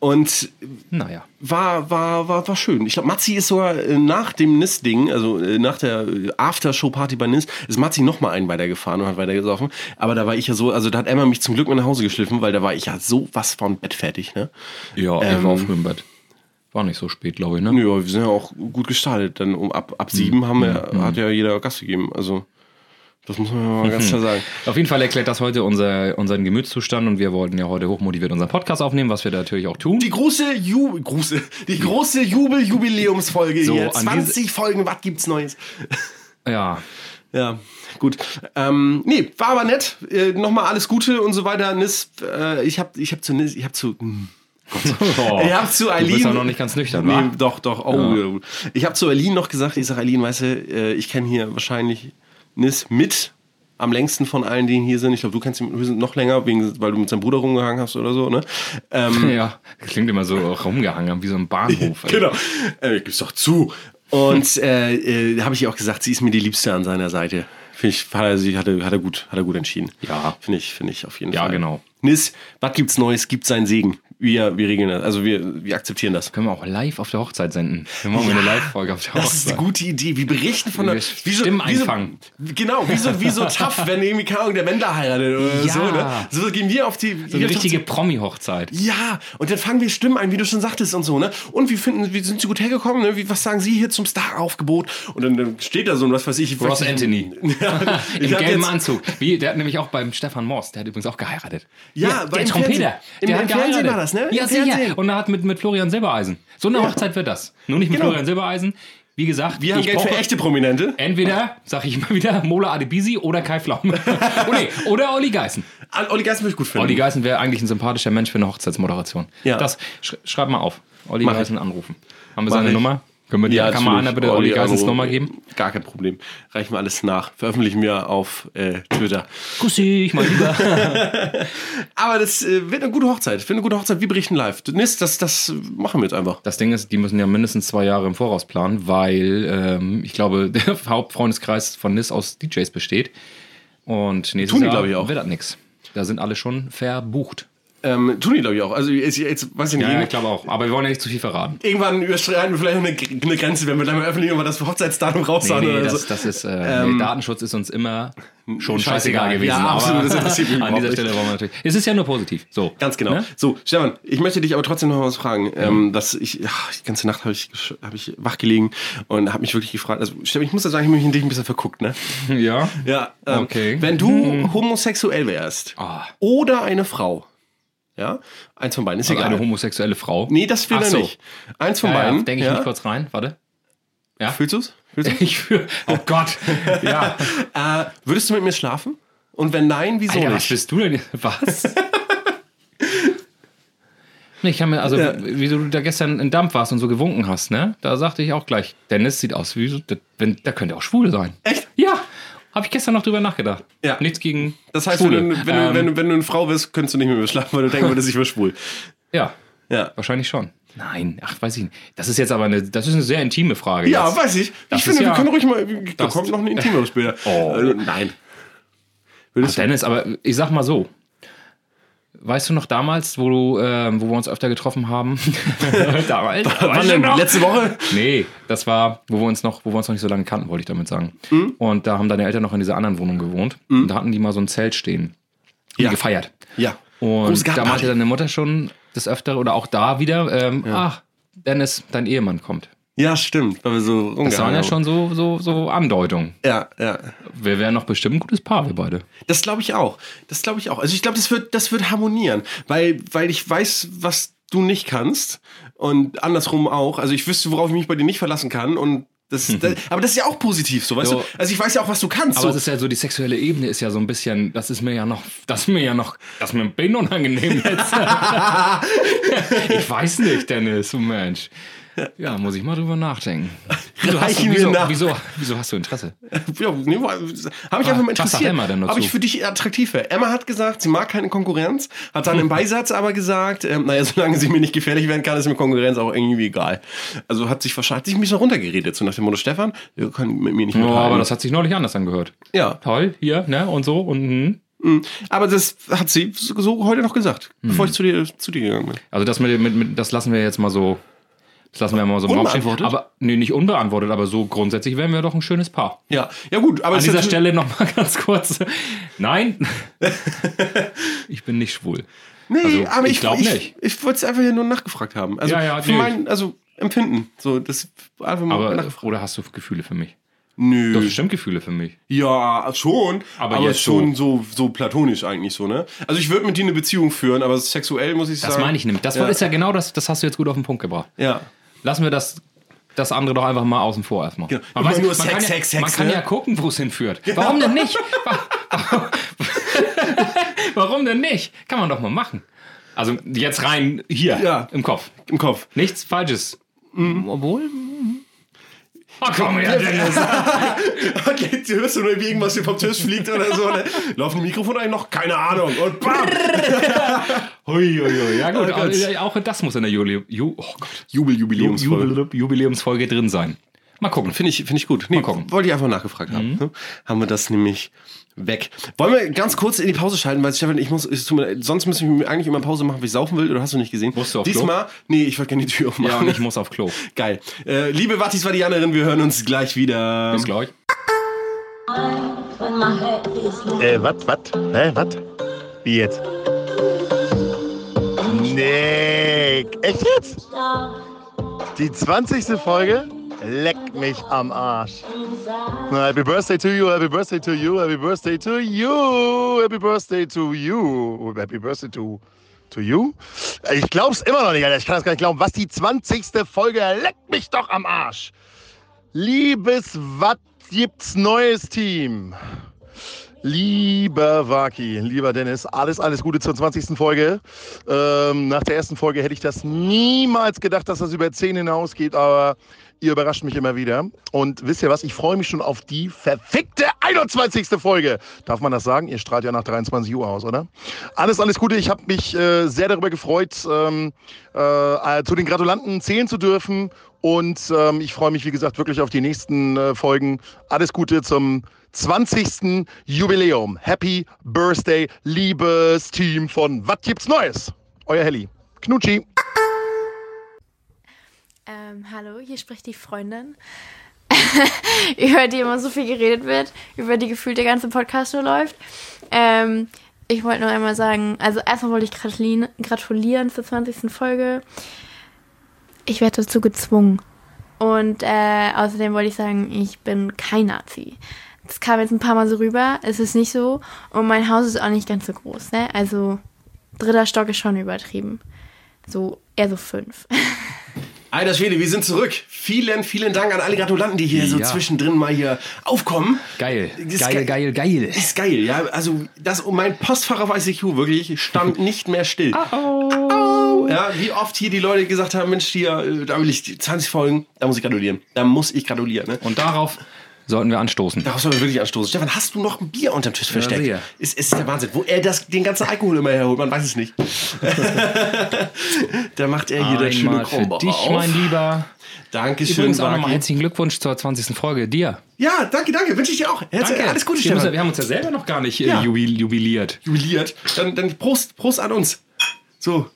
Speaker 1: und
Speaker 2: Naja.
Speaker 1: war, war, war, war schön. Ich glaube, Matzi ist sogar äh, nach dem NIS-Ding, also äh, nach der äh, Aftershow-Party bei NIS, ist Matzi nochmal einen weitergefahren und hat weitergesoffen. Aber da war ich ja so, also da hat Emma mich zum Glück mit nach Hause geschliffen, weil da war ich ja sowas von Bett fertig, ne?
Speaker 2: Ja, ich war auch
Speaker 1: ähm,
Speaker 2: früh im Bett. War nicht so spät, glaube ich, ne?
Speaker 1: Ja, wir sind ja auch gut gestartet. Dann um, ab, ab
Speaker 2: Mhm.
Speaker 1: sieben haben wir, hat ja jeder Gas gegeben. Also, das muss man ja mal
Speaker 2: Mhm.
Speaker 1: ganz klar sagen.
Speaker 2: Auf jeden Fall erklärt das heute unser, unseren Gemütszustand und wir wollten ja heute hochmotiviert unseren Podcast aufnehmen, was wir natürlich auch tun.
Speaker 1: Die große, Ju große, die große Jubel-Jubiläumsfolge
Speaker 2: So,
Speaker 1: hier.
Speaker 2: an diese-
Speaker 1: 20 Folgen, was gibt's Neues?
Speaker 2: Ja,
Speaker 1: Ja, gut. Ähm, nee, war aber nett. Äh, Nochmal alles Gute und so weiter. Nis, äh, ich hab, ich hab zu Nis, ich hab zu.
Speaker 2: Oh,
Speaker 1: ich hab zu Eileen.
Speaker 2: Du bist ja noch nicht ganz nüchtern, wa?
Speaker 1: doch, doch. Oh, Ich hab zu Eileen noch gesagt, ich sag Eileen, weißt du, äh, ich kenne hier wahrscheinlich Nis mit am längsten von allen, die hier sind. Ich glaube, du kennst ihn höchstens noch länger, wegen, weil du mit seinem Bruder rumgehangen hast oder so, ne? Ähm,
Speaker 2: Ja, klingt immer so rumgehangen, haben, wie so ein Bahnhof. ey.
Speaker 1: Genau. Äh, gib's doch zu. Und äh, äh, habe ich ihr auch gesagt, sie ist mir die Liebste an seiner Seite. Finde ich, hat er, sich- hat, er, hat, er gut, hat er gut entschieden.
Speaker 2: Ja.
Speaker 1: Finde ich, finde ich auf jeden
Speaker 2: Ja,
Speaker 1: Fall.
Speaker 2: genau.
Speaker 1: Nis, was gibt's Neues? Gibt seinen Segen. Wir, wir regeln das. Also wir, wir akzeptieren das.
Speaker 2: Können wir auch live auf der Hochzeit senden. Wir machen eine Live-Folge auf der
Speaker 1: Das ist eine
Speaker 2: Hochzeit.
Speaker 1: gute Idee. Wir berichten von der.
Speaker 2: Wir Stimmen einfangen.
Speaker 1: Wie so, genau, wie so, wie so tough, wenn irgendwie, keine Ahnung, der Wendler heiratet oder
Speaker 2: Ja.
Speaker 1: so. Ne? So gehen wir auf die.
Speaker 2: So eine richtige Promi-Hochzeit.
Speaker 1: Ja, und dann fangen wir Stimmen ein, wie du schon sagtest und so, ne? Und wie finden, wie sind sie gut hergekommen, ne? Wie, was sagen sie hier zum Star-Aufgebot? Und dann, dann steht da so ein, was weiß ich.
Speaker 2: Ross
Speaker 1: ich,
Speaker 2: Anthony.
Speaker 1: Ja,
Speaker 2: Im
Speaker 1: ich hab
Speaker 2: gelben
Speaker 1: jetzt-
Speaker 2: Anzug. Wie, der hat nämlich auch beim Stefan Morse, der hat übrigens auch geheiratet.
Speaker 1: Ja,
Speaker 2: Hier,
Speaker 1: beim
Speaker 2: der
Speaker 1: Fernsehen.
Speaker 2: Trompeter.
Speaker 1: Im-
Speaker 2: der
Speaker 1: im
Speaker 2: hat
Speaker 1: Fernsehen
Speaker 2: geheiratet.
Speaker 1: war das, ne?
Speaker 2: Ja,
Speaker 1: Im Fernsehen.
Speaker 2: sicher. Und er hat mit, mit Florian Silbereisen. So eine Hochzeit wird das. Nur nicht mit
Speaker 1: Genau.
Speaker 2: Florian Silbereisen. Wie gesagt,
Speaker 1: Wir haben
Speaker 2: ich
Speaker 1: Geld für
Speaker 2: brauche-
Speaker 1: echte Prominente.
Speaker 2: Entweder, sag ich immer wieder, Mola Adebisi oder Kai Pflaume. oh, nee, oder Olli Geißen.
Speaker 1: An Olli Geißen würde ich gut finden.
Speaker 2: Olli Geißen wäre eigentlich ein sympathischer Mensch für eine Hochzeitsmoderation.
Speaker 1: Ja.
Speaker 2: Das, sch schreib mal auf. Olli
Speaker 1: Mach
Speaker 2: Geißen anrufen. Haben wir seine
Speaker 1: ich.
Speaker 2: Nummer? Können wir,
Speaker 1: Ja,
Speaker 2: kann mal
Speaker 1: natürlich.
Speaker 2: einer bitte Olli Geissens
Speaker 1: anrufen.
Speaker 2: Nummer geben?
Speaker 1: Gar kein Problem. Reichen wir alles nach. Veröffentlichen wir auf äh, Twitter.
Speaker 2: Grüß dich, mein Lieber.
Speaker 1: Aber das äh, wird eine gute Hochzeit. Wird eine gute Hochzeit. Wir berichten live. Nis, das, das machen wir jetzt einfach.
Speaker 2: Das Ding ist, die müssen ja mindestens zwei Jahre im Voraus planen, weil ähm, ich glaube, der Hauptfreundeskreis von NIS aus DJs besteht. Und nächstes
Speaker 1: Tun die,
Speaker 2: Jahr
Speaker 1: glaub ich, auch.
Speaker 2: wird das nix. Da sind alle schon verbucht.
Speaker 1: Ähm, tun die, glaube ich, auch. Also jetzt, jetzt weiß ich nicht.
Speaker 2: Ja,
Speaker 1: irgend-
Speaker 2: ich glaube auch. Aber wir wollen ja nicht zu viel verraten.
Speaker 1: Irgendwann überschreiten wir vielleicht noch eine, Gr- eine Grenze, wenn wir dann mal öffentlich über das Hochzeitsdatum
Speaker 2: Nee,
Speaker 1: raushauen
Speaker 2: nee,
Speaker 1: oder
Speaker 2: das,
Speaker 1: so. ähm,
Speaker 2: das ist, äh, nee, Datenschutz ist uns immer
Speaker 1: scheißegal.
Speaker 2: schon scheißegal gewesen.
Speaker 1: Ja, absolut,
Speaker 2: aber
Speaker 1: das interessiert mich
Speaker 2: An
Speaker 1: überhaupt
Speaker 2: dieser
Speaker 1: nicht.
Speaker 2: Stelle wollen wir natürlich. Es ist ja nur positiv. So.
Speaker 1: Ganz genau.
Speaker 2: Ne?
Speaker 1: So, Stefan, ich möchte dich aber trotzdem noch mal was fragen. Ähm, dass ich, ach, die ganze Nacht habe ich, gesch- hab ich wach gelegen und habe mich wirklich gefragt. Also, Stefan, ich muss ja sagen, ich habe mich in dich ein bisschen verguckt, ne?
Speaker 2: Ja.
Speaker 1: Ja. Ähm,
Speaker 2: Okay. Hm.
Speaker 1: Wenn du homosexuell wärst
Speaker 2: Ah.
Speaker 1: oder eine Frau, ja, eins von beiden, ist
Speaker 2: Also
Speaker 1: egal.
Speaker 2: eine homosexuelle Frau.
Speaker 1: nee, das will
Speaker 2: Ach
Speaker 1: er
Speaker 2: so.
Speaker 1: nicht. Eins von
Speaker 2: Ja, ja,
Speaker 1: beiden.
Speaker 2: denke ich
Speaker 1: ja.
Speaker 2: mich kurz rein. Warte.
Speaker 1: Fühlst du's? Fühlst du's?
Speaker 2: Ich fühl- oh Gott. Ja.
Speaker 1: äh, würdest du mit mir schlafen? Und wenn nein, wieso
Speaker 2: Alter, was
Speaker 1: nicht?
Speaker 2: bist du denn? Was? Nee, Ich kann mir, also,
Speaker 1: Ja.
Speaker 2: wie du da gestern in Dampf warst und so gewunken hast, ne? Da sagte ich auch gleich, Dennis sieht aus wie, so- da- wenn, da könnte auch schwul sein.
Speaker 1: Echt?
Speaker 2: Ja, habe ich gestern noch drüber nachgedacht.
Speaker 1: Ja.
Speaker 2: Nichts gegen
Speaker 1: Das heißt, wenn
Speaker 2: Schwule.
Speaker 1: du, wenn, du,
Speaker 2: Ähm,
Speaker 1: wenn, du, wenn du eine Frau bist, könntest du nicht mehr schlafen, weil du denken würdest, ich wäre schwul.
Speaker 2: Ja,
Speaker 1: Ja.
Speaker 2: wahrscheinlich schon. Nein, ach, weiß ich nicht. Das ist jetzt aber eine, das ist eine sehr intime Frage.
Speaker 1: Ja,
Speaker 2: jetzt.
Speaker 1: weiß ich.
Speaker 2: Das
Speaker 1: ich finde,
Speaker 2: ist
Speaker 1: wir
Speaker 2: ja-
Speaker 1: können ruhig mal. Da
Speaker 2: das-
Speaker 1: kommt noch ein intimeres Bild.
Speaker 2: Oh.
Speaker 1: Also, nein.
Speaker 2: Ach, Dennis, aber ich sag mal so. Weißt du noch damals, wo, du, ähm, wo wir uns öfter getroffen haben? damals? Weißt du noch?
Speaker 1: Letzte Woche?
Speaker 2: Nee, das war, wo wir uns noch, wo wir uns noch nicht so lange kannten, wollte ich damit sagen. Und da haben deine Eltern noch in dieser anderen Wohnung gewohnt. Und da hatten die mal so ein Zelt stehen. Haben
Speaker 1: Ja.
Speaker 2: Die gefeiert.
Speaker 1: Ja.
Speaker 2: Und
Speaker 1: Große
Speaker 2: da meinte
Speaker 1: Gartenparty.
Speaker 2: deine Mutter schon das öfter oder auch da wieder, ähm, ach, Dennis, dein Ehemann kommt.
Speaker 1: Ja, stimmt, weil wir so rumgehangen
Speaker 2: Das waren ja
Speaker 1: haben.
Speaker 2: schon so, so, so Andeutungen.
Speaker 1: Ja, ja.
Speaker 2: Wir wären noch bestimmt ein gutes Paar, wir beide.
Speaker 1: Das glaube ich auch. Das glaube ich auch. Also ich glaube, das wird, das wird harmonieren, weil, weil ich weiß, was du nicht kannst und andersrum auch. Also ich wüsste, worauf ich mich bei dir nicht verlassen kann und das, das aber das ist ja auch positiv, so weißt
Speaker 2: So.
Speaker 1: du. Also ich weiß ja auch, was du kannst.
Speaker 2: Aber es
Speaker 1: so.
Speaker 2: ist ja so, die sexuelle Ebene ist ja so ein bisschen, das ist mir ja noch, das ist mir ja noch, das ist mir ein bisschen unangenehm jetzt. ich weiß nicht, Dennis, du Mensch. Ja, muss ich mal drüber nachdenken. Wieso hast du,
Speaker 1: Reichen wir
Speaker 2: wieso,
Speaker 1: nach.
Speaker 2: wieso, wieso hast du Interesse?
Speaker 1: ja, nee, habe ich einfach mal
Speaker 2: Ah, was sagt
Speaker 1: interessiert.
Speaker 2: Emma denn dazu?
Speaker 1: Ob ich für dich attraktiv wäre. Emma hat gesagt, sie mag keine Konkurrenz, hat dann im Beisatz aber gesagt, ähm, naja, solange sie mir nicht gefährlich werden kann, ist mir Konkurrenz auch irgendwie egal. Also hat sich wahrscheinlich hat sich ein bisschen runtergeredet, so nach dem Motto, Stefan, ihr könnt mit mir nicht
Speaker 2: Ja,
Speaker 1: mithalten.
Speaker 2: aber das hat sich neulich anders angehört.
Speaker 1: ja.
Speaker 2: Toll, hier, ne, und so, und hm.
Speaker 1: Aber das hat sie so so heute noch gesagt,
Speaker 2: Mhm.
Speaker 1: bevor ich zu dir, zu dir gegangen bin.
Speaker 2: Also das mit, mit, mit das lassen wir jetzt mal so, das lassen wir mal so im Raum stehen.
Speaker 1: Unbeantwortet?
Speaker 2: Aber, nee, nicht unbeantwortet, aber so grundsätzlich wären wir doch ein schönes Paar.
Speaker 1: Ja, ja gut, aber
Speaker 2: An
Speaker 1: es
Speaker 2: dieser
Speaker 1: ist-
Speaker 2: Stelle nochmal ganz kurz. Nein, ich bin nicht schwul.
Speaker 1: Nee,
Speaker 2: also,
Speaker 1: aber
Speaker 2: ich
Speaker 1: ich,
Speaker 2: glaub
Speaker 1: ich,
Speaker 2: nicht.
Speaker 1: Ich, wollte es einfach hier nur nachgefragt haben. Also
Speaker 2: Ja, ja,
Speaker 1: für
Speaker 2: nee.
Speaker 1: mein, also Empfinden. So, das einfach mal
Speaker 2: Aber
Speaker 1: nachgefragt.
Speaker 2: oder hast du Gefühle für mich? Du hast
Speaker 1: Nö.
Speaker 2: bestimmt Gefühle für mich.
Speaker 1: Ja, schon.
Speaker 2: Aber
Speaker 1: Aber,
Speaker 2: jetzt
Speaker 1: schon so. So, platonisch eigentlich so, ne? Also ich würde mit dir eine Beziehung führen, aber sexuell muss ich sagen.
Speaker 2: Das meine ich nämlich. Das
Speaker 1: ja.
Speaker 2: ist ja genau das, das hast du jetzt gut auf den Punkt gebracht.
Speaker 1: Ja.
Speaker 2: Lassen wir das, das andere doch einfach mal außen vor erstmal.
Speaker 1: Genau. Immer nur Sex,
Speaker 2: kann ja,
Speaker 1: Sex,
Speaker 2: Man
Speaker 1: Sex,
Speaker 2: kann
Speaker 1: ne? Genau.
Speaker 2: ja gucken, wo es hinführt. Warum denn nicht? Warum denn nicht? Kann man doch mal machen. Also jetzt rein hier
Speaker 1: Ja.
Speaker 2: im Kopf.
Speaker 1: Im Kopf.
Speaker 2: Nichts Falsches. Obwohl. Oh, komm her, Dennis.
Speaker 1: Und jetzt hörst du nur wie irgendwas hier vom Tisch fliegt oder so. Ne? Laufen die Mikrofone eigentlich noch? Keine Ahnung. Und bam!
Speaker 2: Hui, hui, hui. Ja gut, also
Speaker 1: Oh Gott.
Speaker 2: aber auch das muss in der Juli Ju oh Gott.
Speaker 1: Jubel, Jubiläumsfolge.
Speaker 2: Jubel- Jubiläumsfolge drin sein. Mal gucken.
Speaker 1: Finde ich, finde ich gut. Nee,
Speaker 2: gucken. Mhm.
Speaker 1: wollte ich einfach nachgefragt haben. ne? Haben wir das nämlich weg. Wollen wir ganz kurz in die Pause schalten, weil Stefan, ich muss, ich, tut mir, leid, sonst müssen wir eigentlich immer Pause machen, wenn ich saufen will, oder hast du nicht gesehen?
Speaker 2: Musst du auf Klo?
Speaker 1: Diesmal, nee, ich wollte gerne die Tür
Speaker 2: Ja,
Speaker 1: aufmachen.
Speaker 2: und ich muss auf Klo.
Speaker 1: Geil. Äh, liebe Wattis Vadianerin, wir hören uns gleich wieder.
Speaker 2: Bis gleich.
Speaker 6: When my head is low.
Speaker 7: Äh, was, was? Hä, was? Wie jetzt? Nee, echt jetzt? Die 20. Folge? Leck mich am Arsch. Na, Happy Birthday to you, happy Birthday to you, happy Birthday to you, happy Birthday to you, happy Birthday to, to you. Ich glaub's immer noch nicht, Alter. Ich kann das gar nicht glauben. Was die 20. Folge? Leck mich doch am Arsch. Liebes, was gibt's neues Team? Lieber Waki, lieber Dennis, alles, alles Gute zur 20. Folge. Ähm, nach der ersten Folge hätte ich das niemals gedacht, dass das über 10 hinausgeht, aber ihr überrascht mich immer wieder. Und wisst ihr was, ich freue mich schon auf die verfickte 21. Folge. Darf man das sagen? Ihr strahlt ja nach 23 Uhr aus, oder? Alles, alles Gute. Ich habe mich äh, sehr darüber gefreut, ähm, äh, äh, zu den Gratulanten zählen zu dürfen. Und ähm, ich freue mich, wie gesagt, wirklich auf die nächsten äh, Folgen. Alles Gute zum 20. Jubiläum. Happy Birthday, liebes Team von Was gibt's Neues? Euer Helly. Knutschi.
Speaker 8: Ähm, hallo, hier spricht die Freundin, über die immer so viel geredet wird, über die gefühlt der ganze Podcast nur läuft. Ähm, ich wollte nur einmal sagen, also erstmal wollte ich gratulieren, gratulieren zur 20. Folge. Ich werde dazu gezwungen. Und äh, außerdem wollte ich sagen, ich bin kein Nazi. Das kam jetzt ein paar Mal so rüber, es ist nicht so. Und mein Haus ist auch nicht ganz so groß, ne? Also dritter Stock ist schon übertrieben. So, eher so fünf.
Speaker 1: Alter Schwede, wir sind zurück. Vielen, vielen Dank an alle Gratulanten, die hier so
Speaker 2: Ja.
Speaker 1: zwischendrin mal hier aufkommen.
Speaker 2: Geil.
Speaker 1: Das ist
Speaker 2: Geil,
Speaker 1: ge-
Speaker 2: geil, geil.
Speaker 1: Ist geil, ja. Also das, und mein Postfach auf ICQ wirklich stand nicht mehr still. Au. Ja, wie oft hier die Leute gesagt haben, Mensch, hier, äh, da will ich die 20 Folgen, da muss ich gratulieren. Da muss ich gratulieren. Ne?
Speaker 2: Und darauf sollten wir anstoßen.
Speaker 1: Darauf soll man wirklich anstoßen. Stefan, hast du noch ein Bier unterm Tisch versteckt?
Speaker 2: sehe.
Speaker 1: ist, ist der Wahnsinn. Wo er das, den ganzen Alkohol immer herholt, man weiß es nicht. da macht er hier das schöne
Speaker 2: Einmal für
Speaker 1: Kronbach
Speaker 2: dich,
Speaker 1: auf.
Speaker 2: mein Lieber.
Speaker 1: Dankeschön,
Speaker 2: Übrigens auch nochmal
Speaker 1: Baki.
Speaker 2: herzlichen Glückwunsch zur 20. Folge. Dir.
Speaker 1: Ja, danke, danke. Wünsche ich dir auch. Herzlich, äh, Alles Gute,
Speaker 2: wir, müssen,
Speaker 1: Stefan.
Speaker 2: wir haben uns ja selber noch gar nicht äh,
Speaker 1: Ja.
Speaker 2: jubil jubiliert.
Speaker 1: Jubiliert. Dann, dann Prost, Prost an uns. So.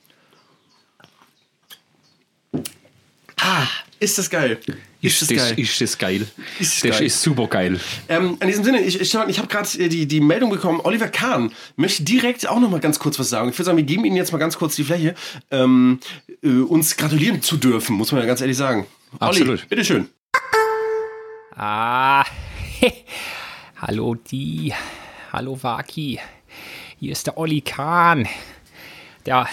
Speaker 1: Ah, ist das geil. Ist das geil.
Speaker 2: Ist das geil.
Speaker 1: Ist das
Speaker 2: das
Speaker 1: geil.
Speaker 2: ist super geil.
Speaker 1: Ähm, in diesem Sinne, ich, ich, Stefan, ich habe gerade äh, die, die Meldung bekommen, Oliver Kahn möchte direkt auch noch mal ganz kurz was sagen. Ich würde sagen, wir geben Ihnen jetzt mal ganz kurz die Fläche, ähm, äh, uns gratulieren zu dürfen, muss man ja ganz ehrlich sagen. Olli,
Speaker 2: Absolut.
Speaker 1: bitteschön.
Speaker 6: Ah, hallo die, hallo Waki. Hier ist der Olli Kahn, der,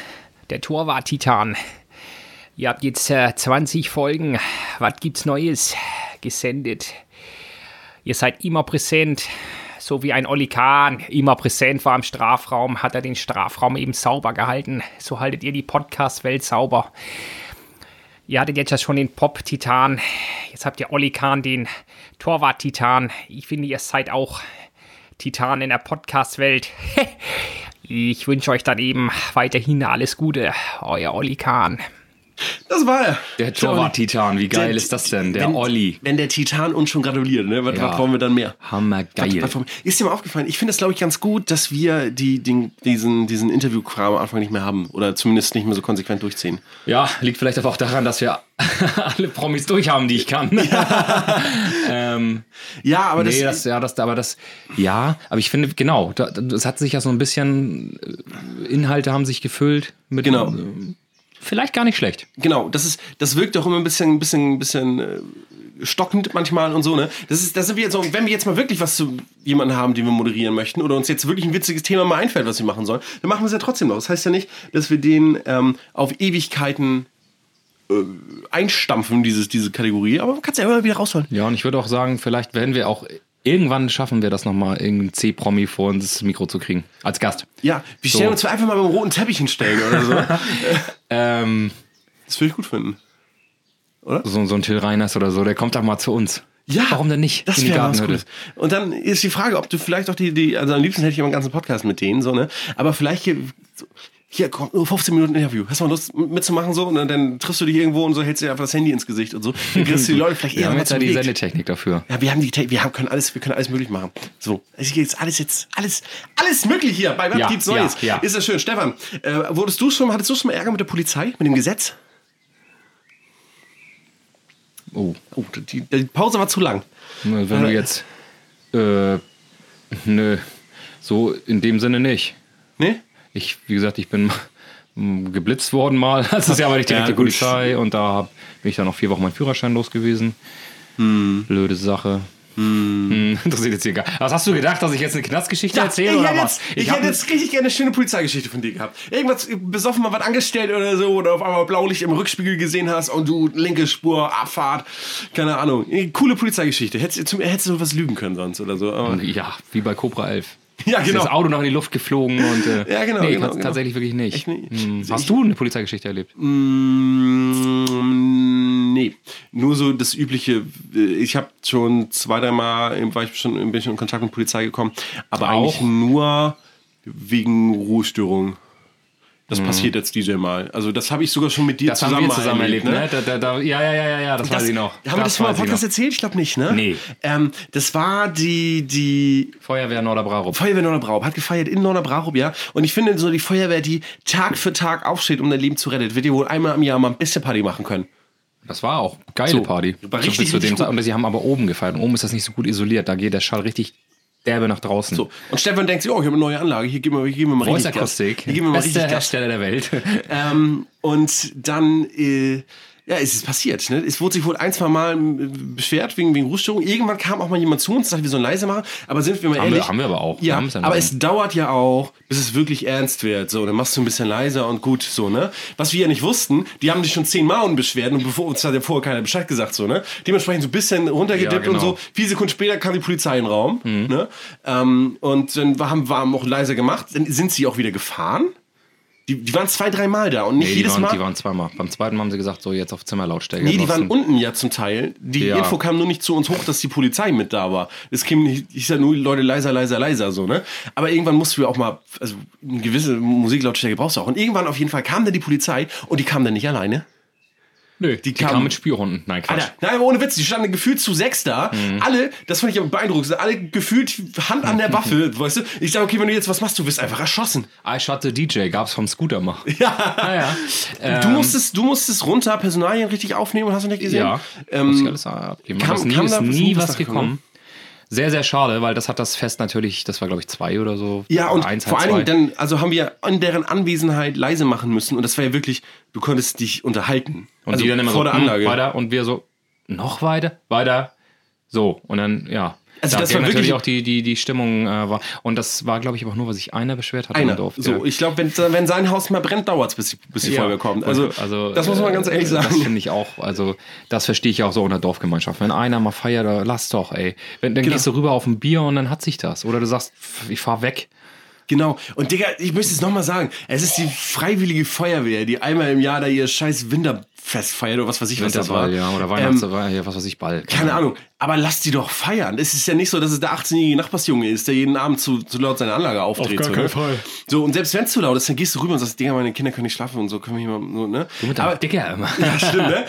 Speaker 6: der Torwart-Titan. Ihr habt jetzt äh, 20 Folgen, was gibt's Neues, gesendet. Ihr seid immer präsent, so wie ein Olli Kahn immer präsent war im Strafraum, hat er den Strafraum eben sauber gehalten. So haltet ihr die Podcast-Welt sauber. Ihr hattet jetzt ja schon den Pop-Titan. Jetzt habt ihr Olli Kahn, den Torwart-Titan. Ich finde, ihr seid auch Titan in der Podcast-Welt. Ich wünsche euch dann eben weiterhin alles Gute. Euer Olli Kahn.
Speaker 1: Das war er.
Speaker 2: Der Torwart-Titan, wie geil
Speaker 1: Der-
Speaker 2: ist das denn? Der
Speaker 1: wenn,
Speaker 2: Olli.
Speaker 1: Wenn der Titan uns schon gratuliert, ne? Was,
Speaker 2: Ja.
Speaker 1: was wollen wir dann mehr?
Speaker 2: Hammergeil.
Speaker 1: Was- was wollen wir- Ist dir mal aufgefallen, ich finde das, glaube ich, ganz gut, dass wir die, den, diesen, diesen Interviewkram am Anfang nicht mehr haben oder zumindest nicht mehr so konsequent durchziehen.
Speaker 2: Ja, liegt vielleicht aber auch daran, dass wir alle Promis durchhaben, die ich kann. ähm,
Speaker 1: Ja, aber
Speaker 2: nee,
Speaker 1: das,
Speaker 2: das, ja, das, aber das, ja, aber ich finde, genau, da- das hat sich ja so ein bisschen, äh, Inhalte haben sich gefüllt mit,
Speaker 1: Genau.
Speaker 2: vielleicht gar nicht schlecht.
Speaker 1: genau, das ist, das wirkt auch immer ein bisschen, ein bisschen, ein bisschen äh, stockend manchmal und so, ne? Das ist, das sind wir jetzt so, wenn wir jetzt mal wirklich was zu jemandem haben, den wir moderieren möchten, oder uns jetzt wirklich ein witziges Thema mal einfällt, was wir machen sollen, dann machen wir es ja trotzdem noch. Das heißt ja nicht, dass wir den ähm, auf Ewigkeiten äh, einstampfen, dieses, diese Kategorie, aber man kann es ja immer wieder rausholen.
Speaker 2: Ja, und ich würde auch sagen, vielleicht werden wir auch, irgendwann schaffen wir das nochmal, irgendeinen C-Promi vor uns Mikro zu kriegen, als Gast.
Speaker 1: Ja, wir stellen uns einfach mal beim roten Teppich hinstellen oder so.
Speaker 2: Ähm,
Speaker 1: das würde ich gut finden.
Speaker 2: so, so ein Till Reiners oder so, der kommt doch mal zu uns. Warum denn nicht?
Speaker 1: Das
Speaker 2: In die
Speaker 1: wäre was
Speaker 2: Gartenhütte.
Speaker 1: Cooles. Und dann ist die Frage, ob du vielleicht auch die, die also am liebsten hätte ich immer einen ganzen Podcast mit denen, so, ne? Aber vielleicht hier, so, hier komm, nur 15 Minuten Interview. Hast du mal Lust m- mitzumachen, so? Und dann, dann triffst du dich irgendwo und so, hältst dir einfach das Handy ins Gesicht und so. Dann kriegst du die Leute vielleicht
Speaker 2: Wir
Speaker 1: eher
Speaker 2: haben
Speaker 1: mal
Speaker 2: jetzt ja
Speaker 1: zum
Speaker 2: die
Speaker 1: Weg.
Speaker 2: Sendetechnik dafür.
Speaker 1: Ja, wir haben die, Te- wir haben, können alles, wir können alles möglich machen. So, es geht jetzt alles jetzt, alles, alles möglich hier. Bei was
Speaker 2: Ja,
Speaker 1: gibt's Neues?
Speaker 2: ja, ja.
Speaker 1: Ist das schön, Stefan? Äh, wurdest du schon, hattest du schon mal Ärger mit der Polizei, mit dem Gesetz?
Speaker 2: Oh,
Speaker 1: Oh, die, die Pause war zu lang.
Speaker 2: na, wenn du jetzt. Äh, nö, so in dem Sinne nicht.
Speaker 1: Ne?
Speaker 2: Ich, wie gesagt, ich bin mm, geblitzt worden mal. Das ist ja aber nicht direkt
Speaker 1: Ja,
Speaker 2: die
Speaker 1: gut.
Speaker 2: Polizei und da hab, bin ich dann noch vier Wochen meinen Führerschein los gewesen. Blöde Sache. Hm, Interessiert jetzt hier gar. Was hast du gedacht, dass ich jetzt eine Knastgeschichte erzähle
Speaker 1: ich
Speaker 2: oder
Speaker 1: hätte
Speaker 2: was?
Speaker 1: jetzt, ich
Speaker 2: hab
Speaker 1: hätte jetzt richtig gerne eine schöne Polizeigeschichte von dir gehabt. Irgendwas äh, besoffen mal was angestellt oder so oder auf einmal Blaulicht im Rückspiegel gesehen hast und du linke Spur, Abfahrt, keine Ahnung. Äh, Coole Polizeigeschichte. Hättest, du- zum- hättest du was lügen können sonst oder so. Aber,
Speaker 2: Ja, wie bei Cobra 11.
Speaker 1: Ja,
Speaker 2: Ist
Speaker 1: genau.
Speaker 2: Mhm. das Auto noch in die Luft geflogen und. Äh,
Speaker 1: Ja, genau,
Speaker 2: Nee,
Speaker 1: genau,
Speaker 2: tats-
Speaker 1: genau.
Speaker 2: tatsächlich wirklich nicht.
Speaker 1: Echt nicht?
Speaker 2: Hm,
Speaker 1: Also ich-
Speaker 2: Hast du eine Polizeigeschichte erlebt?
Speaker 1: Mm, nee, nur so das übliche. äh, Ich habe schon zwei, dreimal im- war ich schon ein bisschen in Kontakt mit Polizei gekommen, aber
Speaker 2: Auch?
Speaker 1: eigentlich nur wegen Ruhestörung. Das passiert jetzt diese Mal. Also das habe ich sogar schon mit dir
Speaker 2: Mhm. Das
Speaker 1: zusammen,
Speaker 2: haben wir zusammen erlebt, ne? Da, da, da, ja, ja, ja, ja, ja, das, weiß ich noch.
Speaker 1: Haben wir das schon mal im
Speaker 2: weiß ich
Speaker 1: Podcast
Speaker 2: noch.
Speaker 1: erzählt? Ich glaube nicht, ne?
Speaker 2: Nee.
Speaker 1: Ähm, das war die, die
Speaker 2: Feuerwehr Norderbrarup.
Speaker 1: Feuerwehr Norderbrauch hat gefeiert in Norderbrauch, ja. Und ich finde so die Feuerwehr, die Tag für Tag aufsteht, um dein Leben zu retten, wird ihr wohl einmal im Jahr mal ein bisschen Party machen können.
Speaker 2: Das war auch geile
Speaker 1: So,
Speaker 2: Party.
Speaker 1: war richtig,
Speaker 2: bis zu
Speaker 1: richtig
Speaker 2: dem
Speaker 1: gut.
Speaker 2: Sa- Und sie haben aber oben gefeiert. Und oben ist das nicht so gut isoliert. Da geht der Schall richtig derbe nach draußen.
Speaker 1: So. Und Stefan denkt sich, oh, ich habe eine neue Anlage, hier geben wir, hier geben wir mal richtig Gas. Hier
Speaker 2: Voice-Akustik.
Speaker 1: geben wir mal richtig
Speaker 2: Bester
Speaker 1: Gas.
Speaker 2: Hersteller der Welt.
Speaker 1: Ähm, und dann äh, ja, ist es passiert. Ne? Es wurde sich wohl ein, zwei Mal äh, beschwert wegen, wegen Ruhestörung. Irgendwann kam auch mal jemand zu uns, sagte, wir sollen leise machen. Aber sind wir mal
Speaker 2: Haben wir-
Speaker 1: ehrlich.
Speaker 2: haben wir aber auch. Wir
Speaker 1: Ja,
Speaker 2: haben's ja noch
Speaker 1: aber
Speaker 2: nicht.
Speaker 1: es dauert ja auch, bis es wirklich ernst wird. So, dann machst du ein bisschen leiser und gut, so, ne? Was wir ja nicht wussten, die haben sich schon zehnmal beschwert und bevor uns hat ja vorher keiner Bescheid gesagt, so, ne? Dementsprechend so ein bisschen runtergedippt
Speaker 2: Ja, genau. Mhm.
Speaker 1: und so. Vier Sekunden später kam die Polizei in den Raum, ne? Ähm, und dann war- haben wir auch leiser gemacht. Dann sind sie auch wieder gefahren. Die, die waren zwei, dreimal da und nicht
Speaker 2: Nee, die,
Speaker 1: jedes
Speaker 2: waren,
Speaker 1: Mal.
Speaker 2: die waren zweimal. Beim zweiten Mal haben sie gesagt, so jetzt auf Zimmerlautstärke.
Speaker 1: Nee, die waren
Speaker 2: benutzen.
Speaker 1: unten ja zum Teil. Die
Speaker 2: Ja.
Speaker 1: Info kam nur nicht zu uns hoch, dass die Polizei mit da war. Es kam nicht, ich sag nur, Leute, leiser, leiser, leiser, so, ne? Aber irgendwann mussten wir auch mal, also eine gewisse Musiklautstärke brauchst du auch. Und irgendwann auf jeden Fall kam dann die Polizei und die kam dann nicht alleine.
Speaker 2: Nö, die,
Speaker 1: kamen-
Speaker 2: kamen mit Spürhunden. Nein, Quatsch.
Speaker 1: Alter, nein, aber ohne Witz, die standen gefühlt zu sechs da.
Speaker 2: Mhm.
Speaker 1: Alle, das fand ich aber beeindruckend, alle gefühlt Hand an der Waffe, weißt du? Ich sage, okay, wenn du jetzt was machst, du wirst einfach erschossen.
Speaker 2: I Shot the DJ gab's vom Scooter mal.
Speaker 1: Ja.
Speaker 2: Naja. Ähm.
Speaker 1: du, musstest, du musstest runter, Personalien richtig aufnehmen und hast du nicht gesehen?
Speaker 2: Ja,
Speaker 1: Ähm,
Speaker 2: muss ich alles abgeben.
Speaker 1: kam-
Speaker 2: Kam, nie,
Speaker 1: kam
Speaker 2: ist
Speaker 1: da was
Speaker 2: nie
Speaker 1: Gutes
Speaker 2: was
Speaker 1: nachgekommen?
Speaker 2: gekommen. Sehr, sehr schade, weil das hat das Fest natürlich, das war glaube ich zwei oder so.
Speaker 1: Ja, und
Speaker 2: eins,
Speaker 1: vor
Speaker 2: halb
Speaker 1: allen Dingen,
Speaker 2: zwei.
Speaker 1: dann, also haben wir in deren Anwesenheit leise machen müssen und das war ja wirklich, du konntest dich unterhalten.
Speaker 2: Und
Speaker 1: also
Speaker 2: die dann immer
Speaker 1: vor
Speaker 2: so,
Speaker 1: der
Speaker 2: hm,
Speaker 1: Anlage.
Speaker 2: weiter und wir so, noch weiter, weiter. So, und dann, ja.
Speaker 1: Also
Speaker 2: Da
Speaker 1: das
Speaker 2: hat
Speaker 1: war
Speaker 2: natürlich
Speaker 1: wirklich-
Speaker 2: auch die, die, die Stimmung äh, war. Und das war, glaube ich, aber auch nur, weil sich einer beschwert hat
Speaker 1: Einer.
Speaker 2: im Dorf.
Speaker 1: So, ich glaube, wenn, wenn sein Haus mal brennt, dauert es, bis, die- bis die Feuerwehr kommt. Also, das muss man
Speaker 2: äh,
Speaker 1: ganz ehrlich sagen.
Speaker 2: Das finde ich auch, also das verstehe ich auch so in der Dorfgemeinschaft. Wenn einer mal feiert, dann lass doch, ey. Wenn, dann
Speaker 1: Genau.
Speaker 2: gehst du rüber auf ein Bier und dann hat sich das. Oder du sagst, pff, ich fahr weg.
Speaker 1: Genau. Und Digga, ich müsste es nochmal sagen. Es ist die freiwillige Feuerwehr, die einmal im Jahr da ihr scheiß Winterfest feiert oder was weiß ich, was das war.
Speaker 2: Winterball, ja, oder
Speaker 1: Ähm,
Speaker 2: Weihnachtsball, ja, was weiß ich, Ball.
Speaker 1: keine Ahnung. Aber lass die doch feiern. Es ist ja nicht so, dass es der 18-jährige Nachbarsjunge ist, der jeden Abend zu, zu laut seine Anlage aufdreht.
Speaker 2: gar
Speaker 1: so,
Speaker 2: keinen
Speaker 1: ne?
Speaker 2: Fall.
Speaker 1: So, und selbst wenn es zu laut ist, dann gehst du rüber und sagst, Digga, meine Kinder können nicht schlafen und so, können wir hier mal, nur, ne?
Speaker 2: Du mit deinem Dicker immer.
Speaker 1: Ja, stimmt, ne?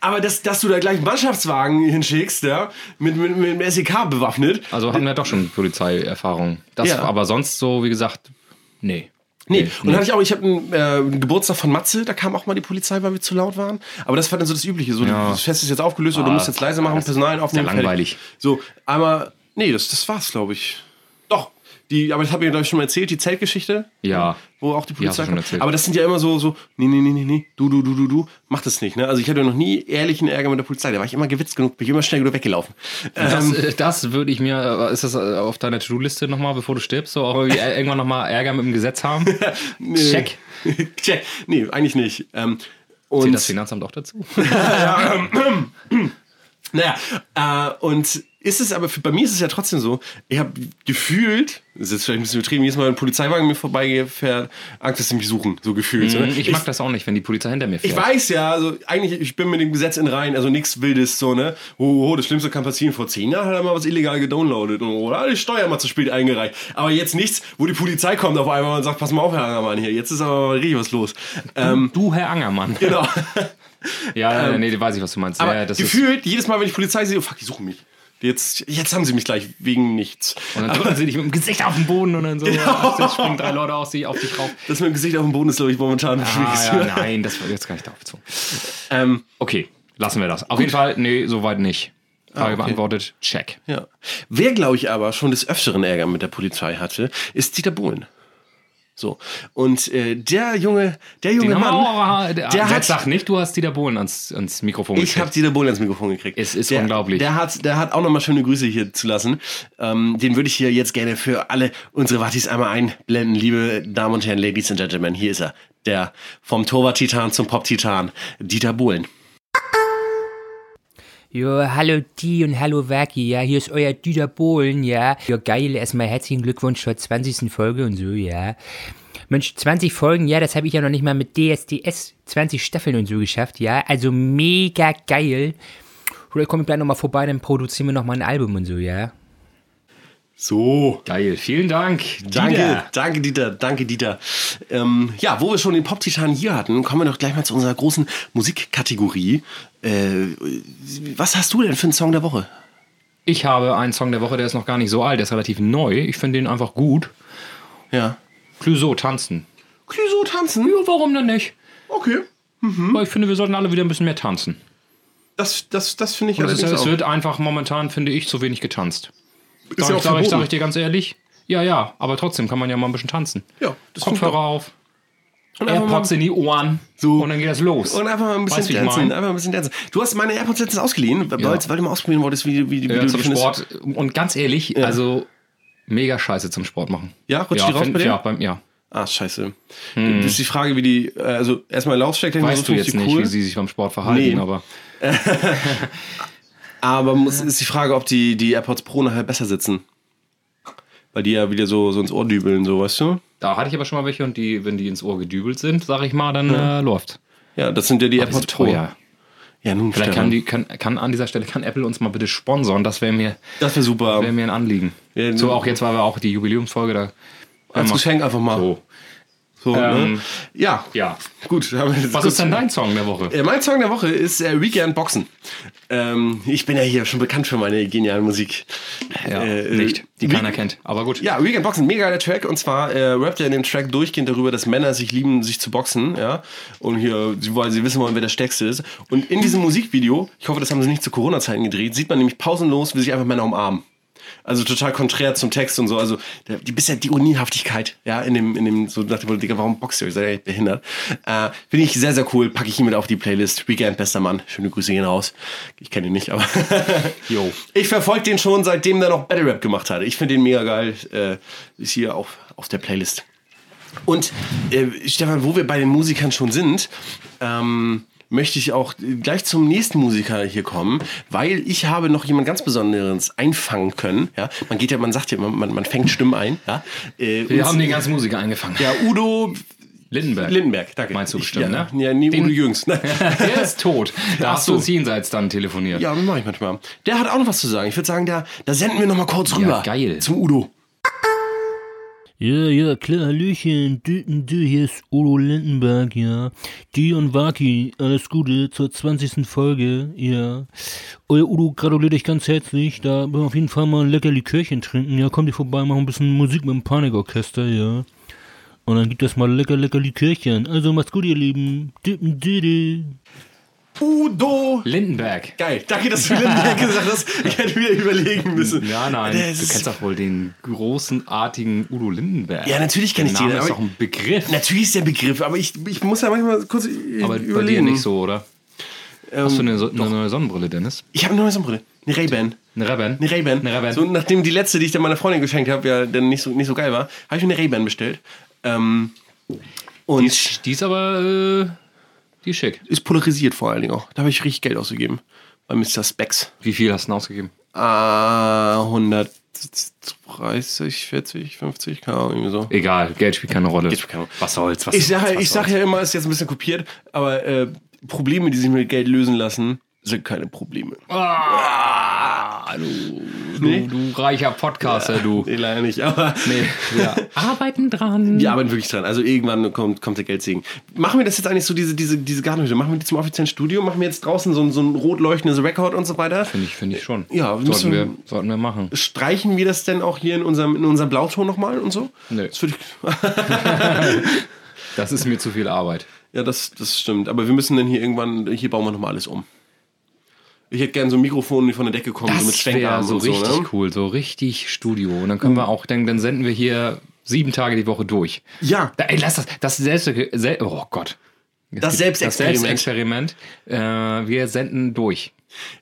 Speaker 1: Aber dass, dass du da gleich einen Mannschaftswagen hinschickst, ja, mit, mit, mit dem SEK bewaffnet.
Speaker 2: Also haben wir doch schon Polizeierfahrung. Das,
Speaker 1: Ja.
Speaker 2: aber sonst so, wie gesagt, nee.
Speaker 1: Nee, und dann hatte ich auch, ich habe einen, äh, einen Geburtstag von Matze, da kam auch mal die Polizei, weil wir zu laut waren. Aber das war dann so das Übliche. So, das Fest ist jetzt aufgelöst und du musst jetzt leise machen, Personal aufnehmen.
Speaker 2: Ah, ja langweilig.
Speaker 1: fertig. So, aber nee, das, das war's, glaube ich. Doch. Die, aber das habe ich glaube ich schon mal erzählt, die Zeltgeschichte.
Speaker 2: Ja.
Speaker 1: Wo auch die
Speaker 2: hast du
Speaker 1: Polizei.
Speaker 2: schon
Speaker 1: kam.
Speaker 2: erzählt.
Speaker 1: aber das sind ja immer so, so, nee, nee, nee, nee, nee, du, du, du, du, du, mach das nicht. Ne? Also ich hatte noch nie ehrlichen Ärger mit der Polizei. Da war ich immer gewitzt genug, bin ich immer schnell genug weggelaufen. Ähm,
Speaker 2: Das, äh, das würde ich mir, äh, ist das äh, auf deiner To-Do-Liste nochmal, bevor du stirbst, so auch irgendwie äh, irgendwann nochmal Ärger mit dem Gesetz haben? Check.
Speaker 1: Check. Nee, eigentlich nicht. Ähm, und
Speaker 2: Zählt das Finanzamt auch dazu?
Speaker 1: Naja, äh, und ist es aber, für, bei mir ist es ja trotzdem so, ich habe gefühlt, das ist jetzt vielleicht ein bisschen übertrieben, jedes Mal ein Polizeiwagen mir vorbeigefährt, Angst, dass sie mich suchen, so gefühlt. so, ne?
Speaker 2: Hm, Mm, Ich mag das auch nicht, wenn die Polizei hinter mir fährt.
Speaker 1: Ich weiß ja, also eigentlich, ich bin mit dem Gesetz in rein, also nichts Wildes, so, ne? Oh, oh, das Schlimmste kann passieren. Vor zehn Jahren hat er mal was illegal gedownloadet und- oder die Steuer mal zu spät eingereicht. Aber jetzt nichts, wo die Polizei kommt auf einmal und sagt, pass mal auf, Herr Angermann hier, jetzt ist aber mal richtig was los. Ähm,
Speaker 2: Du, Herr Angermann.
Speaker 1: genau. Ähm,
Speaker 2: Ja, nee, nee, weiß ich, was du meinst.
Speaker 1: Aber
Speaker 2: ja, das ist,
Speaker 1: gefühlt, jedes Mal, wenn ich Polizei sehe, oh fuck, die suchen mich. Jetzt, jetzt haben sie mich gleich wegen nichts.
Speaker 2: und dann drücken sie dich mit dem Gesicht auf den Boden und dann so,
Speaker 1: Genau.
Speaker 2: ach, jetzt springen drei Leute auf, sie, auf dich rauf.
Speaker 1: Das mit dem Gesicht auf dem Boden ist, glaube ich, momentan
Speaker 2: Ah, ja,
Speaker 1: schwierig.
Speaker 2: nein, das war jetzt gar nicht darauf bezogen.
Speaker 1: Ähm,
Speaker 2: Okay, lassen wir das. Auf jeden Fall, nee, soweit nicht.
Speaker 1: Ah,
Speaker 2: Frage beantwortet, check.
Speaker 1: ja. Wer, glaube ich, aber schon des Öfteren Ärger mit der Polizei hatte, ist Dieter Bohlen. So. Und äh, der junge, der junge
Speaker 2: Den haben wir
Speaker 1: Mann.
Speaker 2: auch, äh, der,
Speaker 1: der hat-
Speaker 2: jetzt sag nicht, du hast Dieter Bohlen ans, ans Mikrofon
Speaker 1: Ich habe Dieter Bohlen ins Mikrofon gekriegt.
Speaker 2: Es ist
Speaker 1: der,
Speaker 2: unglaublich.
Speaker 1: Der hat, der hat auch nochmal schöne Grüße hier zu lassen. Ähm, den würde ich hier jetzt gerne für alle unsere Wattis einmal einblenden. Liebe Damen und Herren, Ladies and Gentlemen, hier ist er. Der vom Torwart-Titan zum Pop-Titan, Dieter Bohlen.
Speaker 9: Ja, hallo Di und hallo Waki, ja, hier ist euer Dieter Bohlen, ja. Ja, geil, erstmal herzlichen Glückwunsch zur 20. Folge und so, ja. Mensch, 20 Folgen, ja, das habe ich ja noch nicht mal mit DSDS 20 Staffeln und so geschafft, ja. Also mega geil. Oder komm ich gleich nochmal vorbei, dann produzieren wir nochmal ein Album und so, ja.
Speaker 1: So.
Speaker 2: Oh, Geil, vielen Dank. Dieter.
Speaker 1: Danke, danke Dieter, danke Dieter. Ähm, ja, wo wir schon den Pop-Titan hier hatten, kommen wir doch gleich mal zu unserer großen Musikkategorie. Äh, was hast du denn für einen Song der Woche?
Speaker 2: Ich habe einen Song der Woche, der ist noch gar nicht so alt, der ist relativ neu. Ich finde den einfach gut.
Speaker 1: Ja.
Speaker 2: Clouseau tanzen.
Speaker 1: Clouseau tanzen?
Speaker 2: Ja, warum denn nicht?
Speaker 1: Okay. Hm?
Speaker 2: Weil ich finde, wir sollten alle wieder ein bisschen mehr tanzen.
Speaker 1: Das, das, das finde ich
Speaker 2: Und es,
Speaker 1: allerdings
Speaker 2: es
Speaker 1: auch.
Speaker 2: wird einfach momentan, finde ich, zu wenig getanzt. Sag,
Speaker 1: ja auch
Speaker 2: ich, sag, ich, sag
Speaker 1: verboten.
Speaker 2: ich dir ganz ehrlich. Ja, ja, aber trotzdem kann man ja mal ein bisschen tanzen.
Speaker 1: Ja, das kommt
Speaker 2: Kopfhörer
Speaker 1: doch.
Speaker 2: auf,
Speaker 1: Und einfach mal-
Speaker 2: AirPods in die Ohren
Speaker 1: So.
Speaker 2: und dann geht das los.
Speaker 1: Und einfach mal ein bisschen
Speaker 2: Weißt, wie ich
Speaker 1: tanzen.
Speaker 2: mein?
Speaker 1: Einfach mal ein bisschen tanzen. Du hast meine AirPods letztens ausgeliehen, weil,
Speaker 2: Ja.
Speaker 1: weil du mal ausprobieren wolltest, wie, wie, wie
Speaker 2: Ja,
Speaker 1: du
Speaker 2: zum
Speaker 1: die findest.
Speaker 2: Sport. Und ganz ehrlich, also mega scheiße zum Sport machen.
Speaker 1: Ja, rutscht die raus
Speaker 2: find-
Speaker 1: bei dir?
Speaker 2: Ja, beim, ja.
Speaker 1: Ah, scheiße. Das ist die Frage, wie die, äh, also erstmal Lautstärke.
Speaker 2: Hm. Weißt
Speaker 1: so
Speaker 2: du
Speaker 1: finde ich
Speaker 2: jetzt
Speaker 1: die
Speaker 2: nicht, wie sie sich beim Sport verhalten,
Speaker 1: Nee.
Speaker 2: aber
Speaker 1: Aber muss, ist die Frage, ob die, die AirPods Pro nachher besser sitzen. Weil die ja wieder so, so ins Ohr dübeln, so, weißt du?
Speaker 2: da hatte ich aber schon mal welche und die, wenn die ins Ohr gedübelt sind, sag ich mal, dann äh, läuft. Oh
Speaker 1: Ja, das sind ja die AirPods Pro. Ja, nun,
Speaker 2: Vielleicht
Speaker 1: Stefan.
Speaker 2: kann, die, kann, kann an dieser Stelle kann Apple uns mal bitte sponsoren, das wäre mir,
Speaker 1: das wäre super.
Speaker 2: wär mir ein Anliegen.
Speaker 1: Ja,
Speaker 2: so
Speaker 1: nun-
Speaker 2: auch jetzt war wir auch die Jubiläumsfolge da.
Speaker 1: Als
Speaker 2: Einmal-
Speaker 1: Ah. Geschenk einfach mal.
Speaker 2: So.
Speaker 1: So,
Speaker 2: Ähm,
Speaker 1: ne? Ja,
Speaker 2: Ja.
Speaker 1: gut. haben wir jetzt
Speaker 2: Was
Speaker 1: kurz-
Speaker 2: ist denn dein Song der Woche?
Speaker 1: Äh, mein Song der Woche ist äh, Weekend Boxen. Ähm, ich bin ja hier schon bekannt für meine geniale Musik.
Speaker 2: Ja,
Speaker 1: äh,
Speaker 2: nicht. Die
Speaker 1: wie-
Speaker 2: keiner kennt. Aber gut.
Speaker 1: Ja, Weekend Boxen, mega der Track. Und zwar äh, rappt er in dem Track durchgehend darüber, dass Männer sich lieben, sich zu boxen. Ja? Und hier, sie wollen, sie wissen wollen, wer der Stärkste ist. Und in diesem Musikvideo, ich hoffe, das haben sie nicht zu Corona-Zeiten gedreht, sieht man nämlich pausenlos, wie sich einfach Männer umarmen. Also total konträr zum Text und so. Also der, die bisher die Uninhaftigkeit, ja, in dem, in dem, so nach dem Motto, Digga, warum boxt ihr euch? Seid ihr echt behindert? Äh, Finde ich sehr, sehr cool. Packe ich hiermit auf die Playlist. Weekend, bester Mann. Schöne Grüße gehen raus. Ich kenne ihn nicht, aber.
Speaker 2: Jo.
Speaker 1: Ich verfolge den schon, seitdem der noch Battle Rap gemacht hat. Ich finde den mega geil. Äh, ist hier auf, auf der Playlist. Und äh, Stefan, wo wir bei den Musikern schon sind, ähm, möchte ich auch gleich zum nächsten Musiker hier kommen, weil ich habe noch jemand ganz Besonderes einfangen können. Ja? Man geht ja, man sagt ja, man, man, man fängt Stimmen ein. Ja? Äh,
Speaker 2: Wir
Speaker 1: uns-
Speaker 2: haben den ganzen Musiker eingefangen.
Speaker 1: ja, Udo
Speaker 2: Lindenberg.
Speaker 1: Lindenberg, danke.
Speaker 2: Meinst du bestimmt,
Speaker 1: ich, ja,
Speaker 2: ne?
Speaker 1: Ja, nie
Speaker 2: Den-
Speaker 1: Udo Jüngs. Nein.
Speaker 2: Der ist tot. Da
Speaker 1: Ach
Speaker 2: hast du
Speaker 1: so.
Speaker 2: uns jenseits dann telefoniert.
Speaker 1: Ja, mache ich manchmal. Der hat auch noch was zu sagen. Ich würde sagen, da, da senden wir noch mal kurz rüber.
Speaker 2: geil.
Speaker 1: Zum Udo.
Speaker 10: Ja, ja, klar, Hallöchen, Düten, du, hier ist Udo Lindenberg, ja. Die und Waki, alles Gute zur 20. Folge, ja. Euer Udo gratuliert euch ganz herzlich, da wollen wir auf jeden Fall mal ein lecker Likörchen trinken, ja. Kommt ihr vorbei, machen ein bisschen Musik mit dem Panikorchester, ja. Und dann gibt das mal lecker, lecker Likörchen. Also macht's gut, ihr Lieben. Düten, Düde.
Speaker 1: Udo.
Speaker 2: Lindenberg.
Speaker 1: Geil. Danke, dass du Lindenberg gesagt hast. Ich hätte wieder überlegen müssen.
Speaker 2: Ja, nein. Du
Speaker 1: Der ist-
Speaker 2: kennst doch wohl den großenartigen Udo Lindenberg.
Speaker 1: Ja, natürlich kenn
Speaker 2: Der
Speaker 1: ich den,
Speaker 2: Name ist
Speaker 1: aber-
Speaker 2: doch ein Begriff.
Speaker 1: Natürlich ist der Begriff, aber ich, ich muss ja manchmal kurz
Speaker 2: Aber
Speaker 1: überlegen.
Speaker 2: bei dir nicht so, oder? Hast du
Speaker 1: Ähm,
Speaker 2: eine, so- eine neue Sonnenbrille, Dennis?
Speaker 1: Ich habe eine neue Sonnenbrille. Eine Ray-Ban.
Speaker 2: Eine Ray-Ban?
Speaker 1: Eine Ray-Ban.
Speaker 2: Eine Ray-Ban.
Speaker 1: So, nachdem die letzte, die ich dann meiner Freundin geschenkt habe, ja dann nicht so, nicht so geil war, habe ich mir eine Ray-Ban bestellt. Ähm, und
Speaker 2: Die ist, die ist aber äh, die ist schick.
Speaker 1: ist polarisiert vor allen Dingen auch. Da habe ich richtig Geld ausgegeben. Bei Mr. Specs.
Speaker 2: Wie viel hast du denn ausgegeben?
Speaker 1: Ah, 130, 40, 50, keine Ahnung, irgendwie so.
Speaker 2: Egal, Geld spielt keine Rolle.
Speaker 1: spielt keine Rolle.
Speaker 2: Was soll's? Was
Speaker 1: Ich sage
Speaker 2: was
Speaker 1: ich sag
Speaker 2: soll's?
Speaker 1: ja immer, ist jetzt ein bisschen kopiert, aber äh, Probleme, die sich mit Geld lösen lassen, sind keine Probleme.
Speaker 2: Ah, du,
Speaker 1: Nee.
Speaker 2: du, du reicher Podcaster, du.
Speaker 1: Nee, leider nicht, aber
Speaker 2: Nee, wir arbeiten dran.
Speaker 1: wir arbeiten wirklich dran. Also irgendwann kommt, kommt der Geldsegen. Machen wir das jetzt eigentlich so, diese, diese, diese Gartenhütte, machen wir die zum offiziellen Studio, machen wir jetzt draußen so ein, so ein rot leuchtendes Rekord und so weiter.
Speaker 2: Finde ich, finde ich schon.
Speaker 1: Ja, müssen-
Speaker 2: sollten wir, sollten wir machen.
Speaker 1: Streichen wir das denn auch hier in unserem, in unserem Blauton nochmal und so?
Speaker 2: Nö.
Speaker 1: Das würd ich,
Speaker 2: Das ist mir zu viel Arbeit.
Speaker 1: Ja, das, das stimmt. Aber wir müssen dann hier irgendwann, hier bauen wir nochmal alles um. Ich hätte gern so Mikrofone, die von der Decke kommen, so mit
Speaker 2: Das wäre
Speaker 1: Schwenkarmen
Speaker 2: so
Speaker 1: und
Speaker 2: richtig
Speaker 1: so. Ne? Mhm.
Speaker 2: cool, so richtig Studio. Und dann können wir auch, dann, dann senden wir hier sieben Tage die Woche durch.
Speaker 1: Ja,
Speaker 2: Da, ey, lass das, das selbst, sel, oh Gott.
Speaker 1: das Selbstexperiment.
Speaker 2: Das Selbstexperiment. Äh, wir senden durch.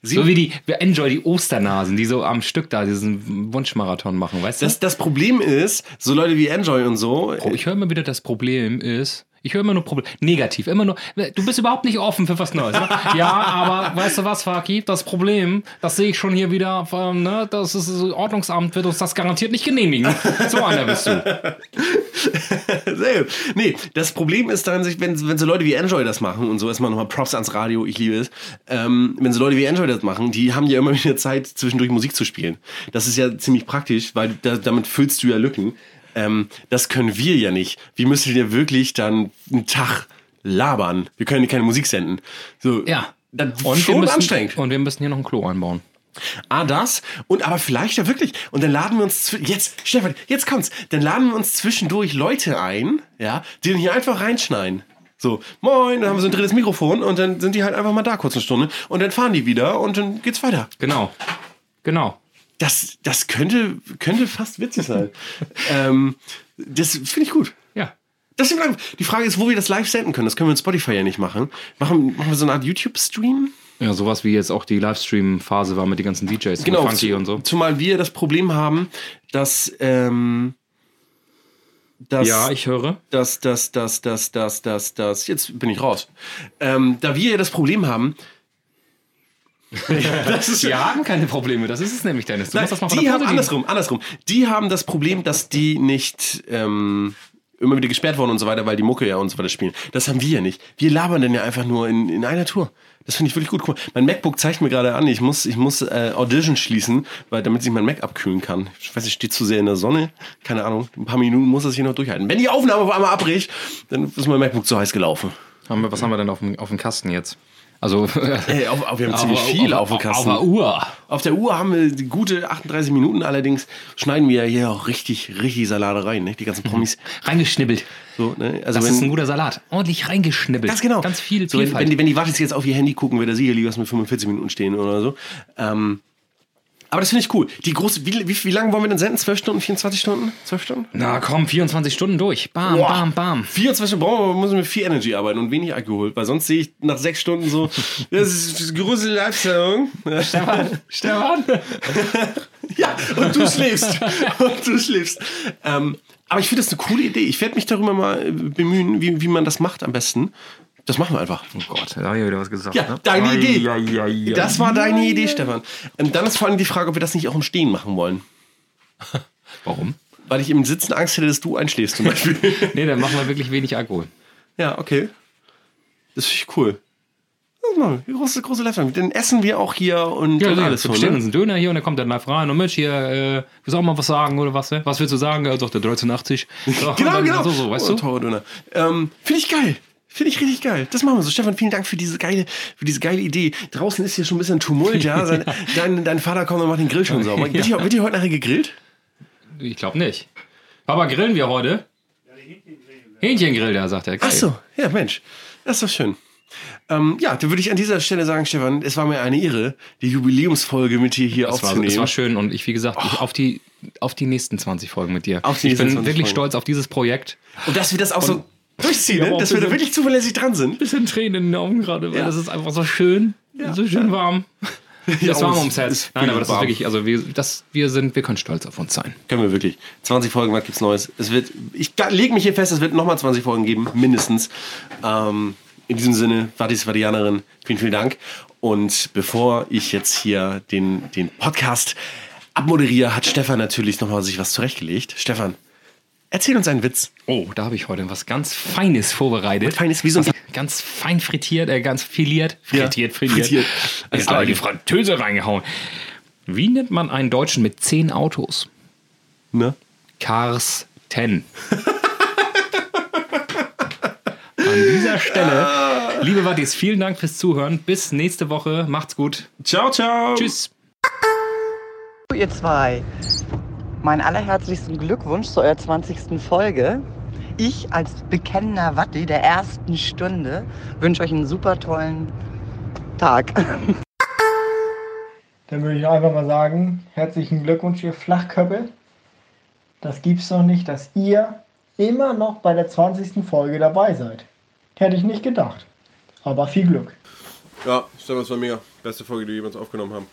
Speaker 1: Sie-
Speaker 2: so wie die, wir enjoy die Osternasen, die so am Stück da diesen Wunschmarathon machen, weißt du?
Speaker 1: das, das Problem ist, so Leute wie Enjoy und so,
Speaker 2: Oh, ich höre immer wieder, das Problem ist. Ich höre immer nur Problem. Negativ, immer nur. Du bist überhaupt nicht offen für was Neues. Ne? Ja, aber weißt du was, Faki? Das Problem, das sehe ich schon hier wieder. ähm, Ne? Das ist, das Ordnungsamt wird uns das garantiert nicht genehmigen. So einer bist du.
Speaker 1: Sehr gut. Nee, das Problem ist daran, sich, wenn, wenn so Leute wie Enjoy das machen, und so erstmal nochmal Props ans Radio, ich liebe es, ähm, wenn so Leute wie Enjoy das machen, die haben ja immer wieder Zeit, zwischendurch Musik zu spielen. Das ist ja ziemlich praktisch, weil da, damit füllst du ja Lücken. Ähm, das können wir ja nicht. Wir müssen ja wirklich dann einen Tag labern. Wir können keine Musik senden. So,
Speaker 2: Ja.
Speaker 1: Dann
Speaker 2: wir
Speaker 1: schon
Speaker 2: müssen,
Speaker 1: anstrengend.
Speaker 2: Und wir müssen hier noch ein Klo einbauen.
Speaker 1: Ah, das. Und aber vielleicht ja wirklich. Und dann laden wir uns zw- jetzt, Stefan, jetzt kommt's. Dann laden wir uns zwischendurch Leute ein, ja, die dann hier einfach reinschneiden. So, moin, dann haben wir so ein drittes Mikrofon und dann sind die halt einfach mal da kurz eine Stunde und dann fahren die wieder und dann geht's weiter.
Speaker 2: Genau. Genau.
Speaker 1: Das, das könnte, könnte fast witzig sein. ähm, das finde ich gut.
Speaker 2: Ja.
Speaker 1: Das ist die Frage ist, wo wir das live senden können. Das können wir in Spotify ja nicht machen. Machen, machen wir so eine Art YouTube-Stream?
Speaker 2: Ja, sowas wie jetzt auch die Livestream-Phase war mit den ganzen DJs
Speaker 1: Genau,
Speaker 2: und Funky
Speaker 1: zu-
Speaker 2: und so.
Speaker 1: Zumal wir das Problem haben, dass, ähm, dass,
Speaker 2: Ja, ich höre.
Speaker 1: dass, dass, dass, dass, dass, dass, dass, jetzt bin ich raus. Ähm, da wir ja das Problem haben, das ist
Speaker 2: Wir haben keine Probleme, das ist es nämlich, Dennis. Du
Speaker 1: Nein,
Speaker 2: musst das mal von
Speaker 1: die
Speaker 2: der
Speaker 1: haben
Speaker 2: positiven-
Speaker 1: andersrum, andersrum. Die haben das Problem, dass die nicht ähm, immer wieder gesperrt worden und so weiter, weil die Mucke ja und so weiter spielen. Das haben wir ja nicht. Wir labern dann ja einfach nur in, in einer Tour. Das finde ich wirklich gut. Guck mal, mein MacBook zeigt mir gerade an, ich muss, ich muss äh, Audition schließen, weil damit sich mein Mac abkühlen kann. Ich weiß nicht, steht zu sehr in der Sonne. Keine Ahnung. Ein paar Minuten muss das hier noch durchhalten. Wenn die Aufnahme auf einmal abbricht, dann ist mein MacBook zu heiß gelaufen.
Speaker 2: Haben wir, was haben wir denn auf dem, auf dem Kasten jetzt? Also,
Speaker 1: Ey, Äh, auf, auf, wir haben ziemlich viel auf, dem Kasten.
Speaker 2: Auf der Uhr.
Speaker 1: Auf der Uhr haben wir die gute 38 Minuten, allerdings schneiden wir ja hier auch richtig, richtig Salate rein, ne? Die ganzen Promis.
Speaker 2: Reingeschnibbelt.
Speaker 1: So, ne? Also
Speaker 2: Mhm. Das
Speaker 1: wenn,
Speaker 2: ist ein guter Salat. Ordentlich reingeschnibbelt.
Speaker 1: ganz genau.
Speaker 2: Ganz viel
Speaker 1: so, wenn,
Speaker 2: Vielfalt.
Speaker 1: wenn, die, wenn die Waffis jetzt auf ihr Handy gucken, wird da sicherlich was mit 45 Minuten stehen oder so. Ähm, aber das finde ich cool. Die große, wie, wie, wie lange wollen wir denn senden? 12 Stunden, 24 Stunden? 12 Stunden?
Speaker 2: Na komm, 24 Stunden durch. Bam,
Speaker 1: Boah.
Speaker 2: bam, bam.
Speaker 1: 24 Stunden brauchen wir, aber müssen wir viel Energy arbeiten und wenig Alkohol, weil sonst sehe ich nach sechs Stunden so, das ist große Leibstellung.
Speaker 2: Stefan.
Speaker 1: Ja, und du schläfst. Und du schläfst. Ähm, aber ich finde das eine coole Idee. Ich werde mich darüber mal äh, bemühen, wie, wie man das macht am besten. Das machen wir einfach.
Speaker 2: Oh Gott, da habe ich wieder was gesagt.
Speaker 1: Ja,
Speaker 2: ne?
Speaker 1: deine
Speaker 2: Ei,
Speaker 1: Idee.
Speaker 2: ei, ei, ei.
Speaker 1: Das war deine Idee, Stefan. Ähm, dann ist vor allem die Frage, ob wir das nicht auch im Stehen machen wollen.
Speaker 2: Warum?
Speaker 1: Weil ich im Sitzen Angst hätte, dass du einschläfst zum Beispiel.
Speaker 2: Nee, dann machen wir wirklich wenig Alkohol.
Speaker 1: ja, okay. Das finde ich cool. Das machen wir. Große, große Leistung. Dann essen wir auch hier und,
Speaker 2: Ja,
Speaker 1: und
Speaker 2: Also, alles
Speaker 1: alles.
Speaker 2: wir
Speaker 1: so,
Speaker 2: bestellen
Speaker 1: ne?
Speaker 2: uns einen Döner hier und dann kommt dann live rein und Mensch, hier, äh, willst du auch mal was sagen oder was? Ne? Was willst du sagen? Also auf der 1380. So, und
Speaker 1: Genau,
Speaker 2: dann
Speaker 1: genau.
Speaker 2: So, so, weißt
Speaker 1: oh,
Speaker 2: du?
Speaker 1: Tore Döner. Ähm, Finde ich geil. Finde ich richtig geil. Das machen wir so. Stefan, vielen Dank für diese geile, für diese geile Idee. Draußen ist hier schon ein bisschen Tumult, ja. Sein, dein, dein Vater kommt und macht den Grill schon sauber. Wird, hier, wird hier heute nachher gegrillt?
Speaker 2: Ich glaube nicht. Papa, grillen wir heute? Hähnchengrill, da sagt er. Geil.
Speaker 1: Ach so, ja, Mensch. Das ist doch schön. Ähm, ja, da würde ich an dieser Stelle sagen, Stefan, es war mir eine Ehre, die Jubiläumsfolge mit dir hier
Speaker 2: Es war,
Speaker 1: aufzunehmen. Oh.
Speaker 2: es war schön und ich, wie gesagt, ich, auf, die, auf die nächsten 20 Folgen mit dir.
Speaker 1: Auf die
Speaker 2: ich bin
Speaker 1: nächsten 20
Speaker 2: wirklich
Speaker 1: Folgen.
Speaker 2: stolz auf dieses Projekt.
Speaker 1: Und dass wir das auch so durchziehen,
Speaker 2: Ja,
Speaker 1: ne?
Speaker 2: aber auch
Speaker 1: dass wir da
Speaker 2: bisschen-
Speaker 1: wirklich zuverlässig dran sind.
Speaker 2: Bisschen Tränen in den Augen gerade, weil
Speaker 1: Ja.
Speaker 2: das ist einfach so schön. so schön warm. Ja, ist warm
Speaker 1: es
Speaker 2: ums
Speaker 1: ist
Speaker 2: Herz. Nein, aber das
Speaker 1: warm.
Speaker 2: ist wirklich, also wir, das, wir sind, wir können stolz auf uns sein.
Speaker 1: Können wir wirklich. 20 Folgen, was gibt's Neues? Es wird, ich lege mich hier fest, es wird nochmal 20 Folgen geben, mindestens. Ähm, in diesem Sinne, Vadis Vadianerin, vielen, vielen Dank. Und bevor ich jetzt hier den, den Podcast abmoderiere, hat Stefan natürlich nochmal sich was zurechtgelegt. Stefan, erzähl uns einen Witz.
Speaker 2: Oh, da habe ich heute was ganz Feines vorbereitet.
Speaker 1: Feines, wie so ein-
Speaker 2: Ganz fein frittiert, äh, ganz filiert.
Speaker 1: Ja,
Speaker 2: Frittiert, frittiert.
Speaker 1: frittiert.
Speaker 2: Ist aber die Französe reingehauen. Wie nennt man einen Deutschen mit zehn Autos?
Speaker 1: Ne?
Speaker 2: Cars 10. An dieser Stelle, liebe Wattis, vielen Dank fürs Zuhören. Bis nächste Woche. Macht's gut.
Speaker 1: Ciao, ciao.
Speaker 2: Tschüss.
Speaker 11: Ihr zwei, meinen allerherzlichsten Glückwunsch zu eurer 20. Folge. Ich als bekennender Watti der ersten Stunde wünsche euch einen super tollen Tag.
Speaker 12: Dann würde ich einfach mal sagen, herzlichen Glückwunsch, ihr Flachköppe. Das gibt's doch nicht, dass ihr immer noch bei der 20. Folge dabei seid. Hätte ich nicht gedacht. Aber viel Glück.
Speaker 1: Ja, Stefan, es war mega. Beste Folge, die wir jemals aufgenommen haben.